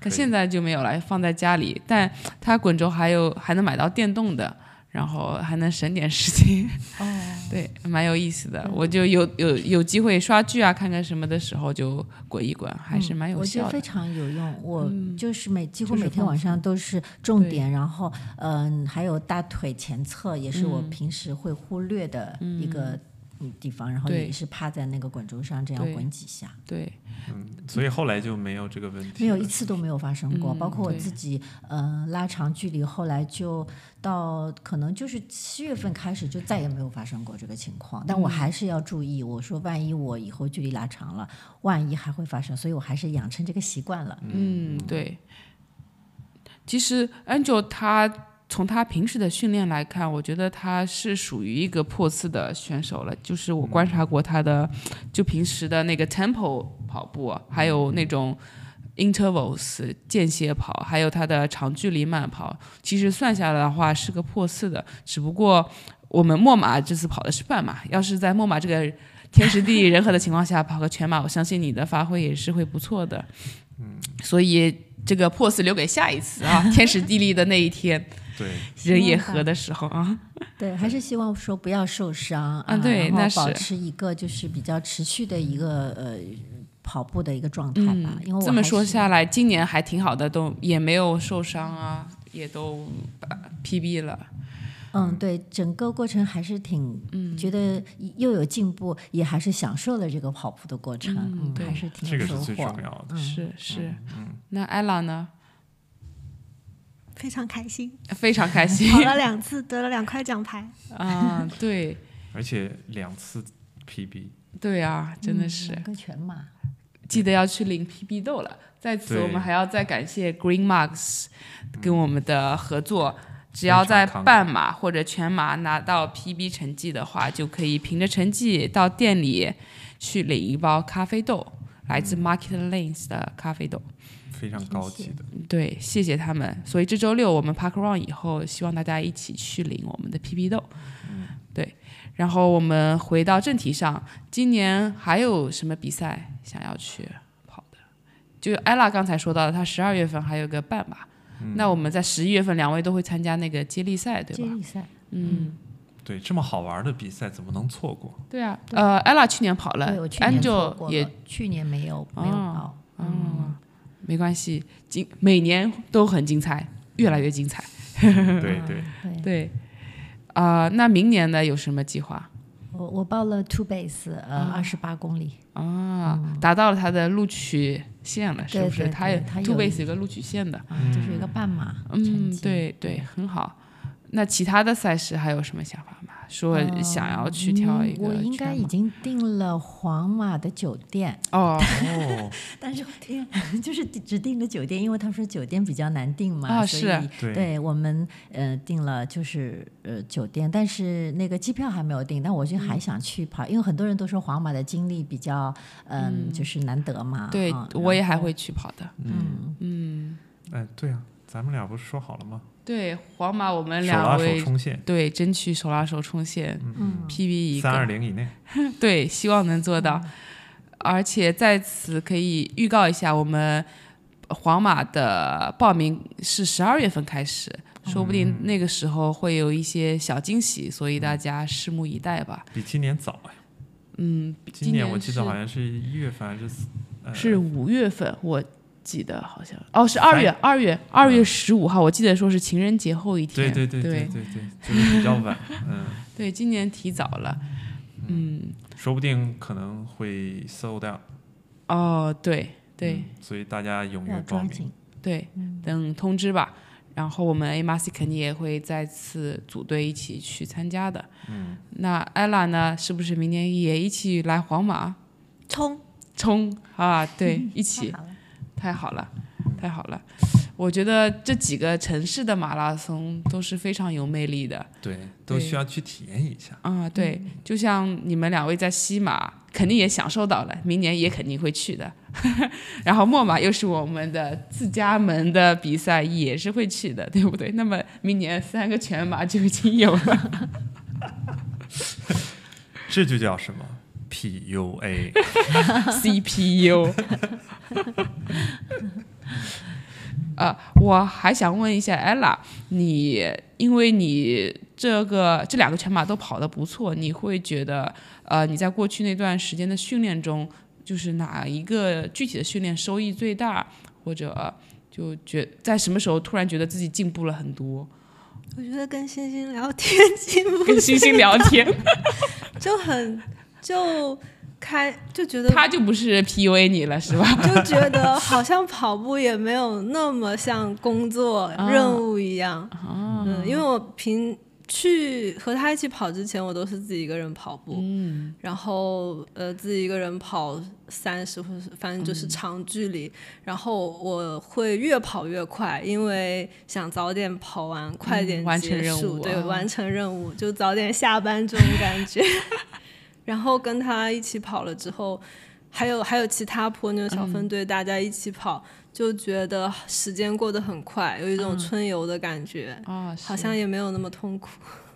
S2: 可
S1: 可
S2: 以
S1: 现在就没有了，放在家里。但它滚轴还有还能买到电动的，然后还能省点时间。哦，对，蛮有意思的。
S4: 嗯
S1: 我就有有有机会刷剧啊，看看什么的时候就滚一滚，还是蛮有
S4: 嗯我觉得
S1: 效
S4: 非
S1: 的。嗯
S4: 常有用。我就是每几乎
S1: 就是
S4: 每天
S1: 放
S4: 晚上都是重
S1: 对
S4: 点，然后嗯，还有大腿前侧也是我
S1: 嗯
S4: 平时会忽略的一个嗯地方，然后
S1: 对
S4: 也是趴在那个滚轴上这样
S1: 对
S4: 滚几下。
S1: 对，
S2: 嗯所以后来就没有这个问题了。
S4: 没有一次都没有发生过，
S1: 嗯
S4: 包括我
S1: 对
S4: 自己，嗯、拉长距离，后来就到可能就是七月份开始就再也没有发生过这个情况，但我
S1: 嗯
S4: 还是要注意，我说万一我以后距离拉长了，万一还会发生，所以我还是养成这个习惯了。
S1: 嗯，对。其实 Angel 他从他平时的训练来看，我觉得他是属于一个破四的选手了。就是我观察过他的，就平时的那个 tempo 跑步，啊还有那种 intervals 间歇跑，还有他的长距离慢跑，其实算下来的话是个破四的。只不过我们墨马这次跑的是半马，要是在墨马这个天时地利人和的情况下跑个全马，我相信你的发挥也是会不错的。所以这个 pose 留给下一次 啊，天时地利的那一天，
S2: 对，
S1: 人也和的时候啊。
S4: 对，还是希望说不要受伤
S1: 啊对
S4: 然后
S1: 那是
S4: 保持一个就是比较持续的一个呃跑步的一个状态吧，因为我
S1: 嗯这么
S4: 还
S1: 说
S4: 是
S1: 下来，今年还挺好的，都也没有受伤啊，也都呃 PB 了。
S4: 嗯，对，整个过程还是挺，
S1: 嗯
S4: 觉得又有进步，也还是享受了这个跑步的过程，嗯，
S1: 对
S4: 还是挺
S2: 这
S4: 有
S2: 个是
S4: 收
S2: 最重
S4: 获。嗯
S2: 要的。
S1: 是是，那 ella 呢？
S3: 非常 开心，
S1: 非常开心
S3: 跑了两次，得了两块奖牌。
S1: 啊！对
S2: 而且两次 PB，
S1: 对啊，真的是
S4: 嗯两个全马，
S1: 记得要去领 PB 豆了。在此，
S2: 对
S1: 我们还要再感谢 Green Max 跟我们的合作。只要在
S2: 非常慷慨
S1: 半马或者全马拿到 PB 成绩的话，就可以凭着成绩到店里去领一包咖啡豆，来自 Market Lanes 的咖啡豆。
S2: 非常高级的。
S1: 对，谢谢他们。所以这周六我们 Park Run 以后，希望大家一起去领我们的 PB 豆。对，然后我们回到正题上，今年还有什么比赛想要去跑的？就艾拉刚才说到的，她十二月份还有个半马，那我们在十一月份两位都会参加那个接力赛，对
S4: 接
S1: 吧？
S4: 力赛，
S1: 嗯，
S2: 对，这么好玩的比赛怎么能 错过？
S1: 对啊，呃，艾拉去年跑了
S4: 对我去年错过
S1: Angel
S4: 了
S1: 也
S4: 去年没有没有
S1: 哦
S4: 跑，
S1: 嗯，没关系，今每年都很精彩，越来越精彩。
S2: 对对，
S4: 对。
S1: 对，啊、那明年呢有什么计划
S4: 我我报了 two base，呃，
S1: 嗯
S4: 二十八公里，
S1: 啊？达到了他的录取线了，是
S4: 哦对
S1: 不是？
S4: 对
S1: 他
S4: 对
S1: 有
S4: 他
S1: Two
S4: 有
S1: Base 有个录取线的，
S4: 啊，
S2: 嗯
S4: 就是一个半马成
S1: 嗯，
S4: 绩。
S1: 对对，很好。那其他的赛事还有什么想法吗？说想要去挑一个
S4: 呃嗯，
S1: 圈吗、
S4: 我应该已经订了皇马的酒店，
S1: 哦
S4: 啊
S2: 哦，
S4: 但是订 就是只订了酒店，因为他说酒店比较难订嘛，
S1: 啊
S4: 所
S1: 是
S4: 以
S2: 对
S4: 我们呃订了就是呃酒店，但是那个机票还没有订，但我就还
S1: 嗯
S4: 想去跑，因为很多人都说皇马的经历比较嗯、就是难得嘛，
S1: 对
S4: 啊，
S1: 我也还会去跑的。
S4: 嗯
S1: 嗯，
S2: 哎，对啊，咱们俩不是说好了吗？
S1: 对，皇马我们
S2: 手
S1: 两
S2: 拉手
S1: 位
S2: 冲线，
S1: 对争取手拉手冲线
S4: 嗯
S1: PB 一个
S2: 三二零以内。
S1: 对，希望能做到。
S2: 嗯
S1: 而且在此可以预告一下，我们皇马的报名是十二月份开始，
S2: 哦
S1: 说不定那个时候会有一些小惊喜，所以大家拭目以待吧。
S2: 比今年早哎，
S1: 嗯，
S2: 今
S1: 年
S2: 我记得
S1: 是
S2: 好像是一月份还是四呃
S1: 是五月份，我记得好像
S2: 嗯
S1: 哦是二月，二月二月十五号，我记得说是情人节后一
S2: 对
S1: 天。
S2: 嗯对对对对对，就是比较晚，嗯，
S1: 对今年提早了。嗯，
S2: 说不定可能会 sold out，
S1: 哦，对对。
S2: 嗯，所以大家踊
S4: 要
S2: 跃报
S4: 抓
S2: 名，
S4: 紧，
S1: 对，等通知吧。然后我们 A m a s 肯定也会再次组队一起去参加的。
S2: 嗯，
S1: 那 Ella 呢？是不是明年也一起来皇马
S3: 冲！
S1: 冲啊？ 对，一起
S4: 太好了，
S1: 太好了，太好了。我觉得这几个城市的马拉松都是非常有魅力的
S2: 对，都需要去体验一下，
S1: 啊！对，就像你们两位在西马肯定也享受到了，明年也肯定会去的。 然后墨马又是我们的自家门的比赛，也是会去的，对不对？那么明年三个全马就已经有了。
S2: 这就叫什么 PUA，
S1: CPU。啊，我还想问一下 Ella，你因为你这个这两个全马都跑得不错，你会觉得呃你在过去那段时间的训练中，就是哪一个具体的训练收益最大，或者呃就觉在什么时候突然觉得自己进步了很多？
S3: 我觉得跟星星聊天 进步
S1: 跟星星聊天，
S3: 就很就开就觉得
S1: 他就不是 PUA 你了是吧？
S3: 就觉得好像跑步也没有那么像工作
S1: 啊
S3: 任务一样。嗯，因为我平去和他一起跑之前，我都是自己一个人跑步，
S1: 嗯，
S3: 然后呃自己一个人跑三十或者是反正就是
S1: 嗯
S3: 长距离，然后我会越跑越快，因为想早点跑完，快点
S1: 嗯完成
S3: 结
S1: 任
S3: 束，
S1: 务
S3: 对，
S1: 啊
S3: 完成任务就早点下班这种感 觉。然后跟他一起跑了之后，还有还有其他婆牛小
S1: 嗯
S3: 分队，大家一起跑，就觉得时间过得很快，有一
S1: 嗯
S3: 种春游的感觉，
S1: 啊，
S3: 好
S1: 是
S3: 像也没有那么痛苦。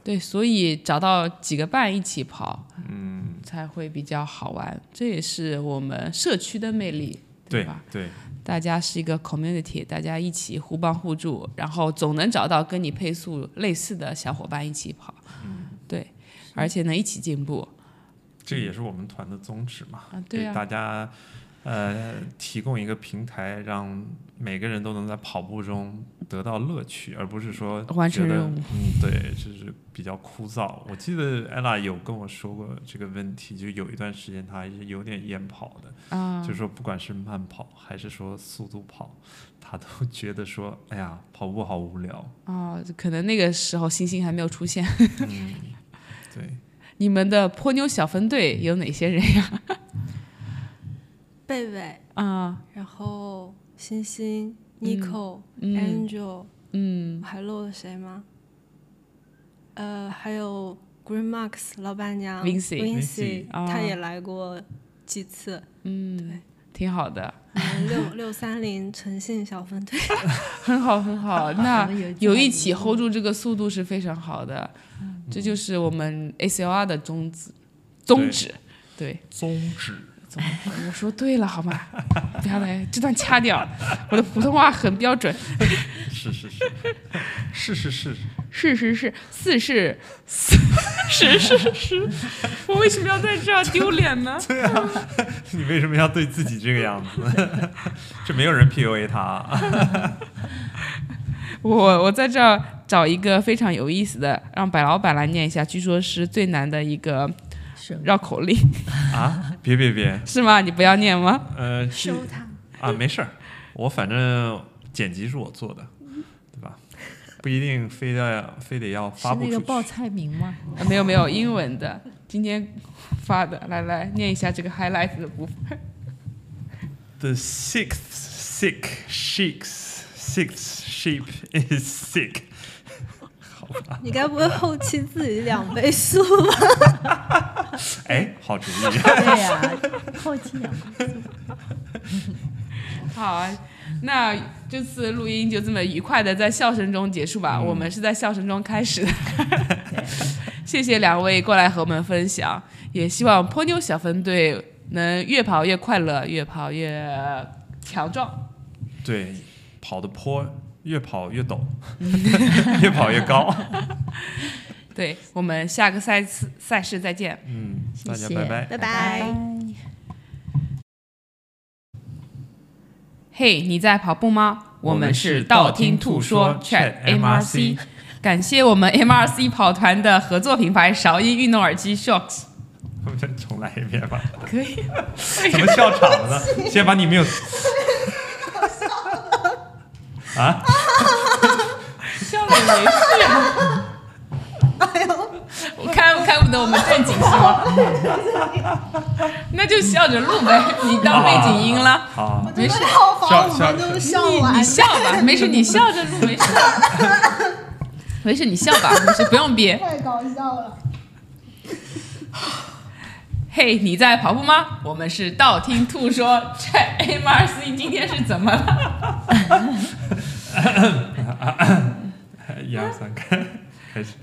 S1: 对，所以找到几个伴一起跑，嗯，才会比较好玩。这也是我们社区的魅力，
S2: 对
S1: 吧？
S2: 对，
S1: 大家是一个 community，大家一起互帮互助，然后总能找到跟你配速类似的小伙伴一起跑，嗯，对，而且能一起进步
S2: 这也是我们团的宗旨嘛，
S1: 啊，对
S2: 给
S1: 啊，
S2: 大家呃提供一个平台，让每个人都能在跑步中得到乐趣，而不是说
S1: 完成
S2: 觉得
S1: 任务
S2: 嗯，对，就是比较枯燥。我记得 ella 有跟我说过这个问题，就有一段时间她还是有点厌跑的，
S1: 啊
S2: 就，是说不管是慢跑还是说速度跑，她都 觉得说，哎呀，跑步好无聊。
S1: 啊，可能那个时候星星还没有出现。
S2: 嗯，对，
S1: 你们的泼妞小分队有哪些人呀？
S3: 贝贝，
S1: 啊，
S3: 然后星星、Nico、
S1: 嗯
S3: Angel，
S1: 嗯，
S3: 还漏了谁吗？呃，还有 Green Max 老板娘
S1: Vinci
S3: Vinci，
S1: 啊
S3: 她也来过几次。
S1: 嗯，挺好的，
S3: 嗯 六六三零诚信小分队，
S1: 很好很好。那
S4: 们有
S1: 有一起 hold 住这个速度是非常好的，这就是我们 ACLR 的宗旨宗旨。对，
S2: 宗旨。
S1: 我说对了，好吗？不要来，这段掐掉。我的普通话很标准，
S2: 是是是， 是是是，
S1: 是是是，四是 四是是是，我为什么要在这儿丢脸呢？
S2: 你为什么要对自己这个样子？ 这没有人 PUA 他啊，
S1: 我我在这儿找一个非常有意思的，让白老板来念一下，据说是最难的一个
S4: 是
S1: 绕口令，
S2: 啊别别别，
S1: 是吗？你不要念吗？
S2: 呃，是
S3: 收他。
S2: 啊，没事儿，我反正剪辑是我做的，对吧？不一定非要非得要发
S4: 是
S2: 布
S4: 那
S2: 出
S4: 个
S2: 去。
S4: 报菜名 吗？
S1: 啊没有没有，英文的，今天发的，来来念一下这个 highlight 的部分。
S2: The sixth sick sheep's sixth sheep is sick。
S3: 你该不会后期自己两倍速吧？
S2: 哎，好主意。
S4: 对呀、啊后期养吧
S1: 好啊，那这次录音就这么愉快的在笑声中结束吧。我们是在笑声中开始的。 谢谢两位过来和我们分享，也希望泼妞小分队能越跑越快乐，越跑越强壮。
S2: 对，跑得坡，越跑越陡， 越跑越高。
S1: 对我们下个赛次赛事再见。
S2: 嗯，
S4: 谢
S2: 大家
S4: 谢
S2: 拜拜。
S3: 拜
S4: 拜
S3: 拜。
S4: 拜。
S1: 嘿、你在跑步吗？我们是道听途说 Chat MRC，感谢我们 MRC 跑团的合作品牌韶音运动耳机 Shocks。
S2: 我们再重来一遍吧。
S1: 可以，
S2: 怎么笑场了呢？先把你没有。 啊，
S1: 笑脸没事。哎我看看不得我们正经说，那就笑着录呗，你当背景音了，
S2: 好，
S1: 没事，
S3: 套
S2: 房我们都
S3: 笑
S1: 你你笑吧，没事，你笑着录，没事，没事，你笑吧，没事，不用憋。
S5: 太搞笑了。
S1: 嘿，你在跑步吗？我们是道听途说 Chat MRC，今天是怎么了？
S2: 一二三，开，开始。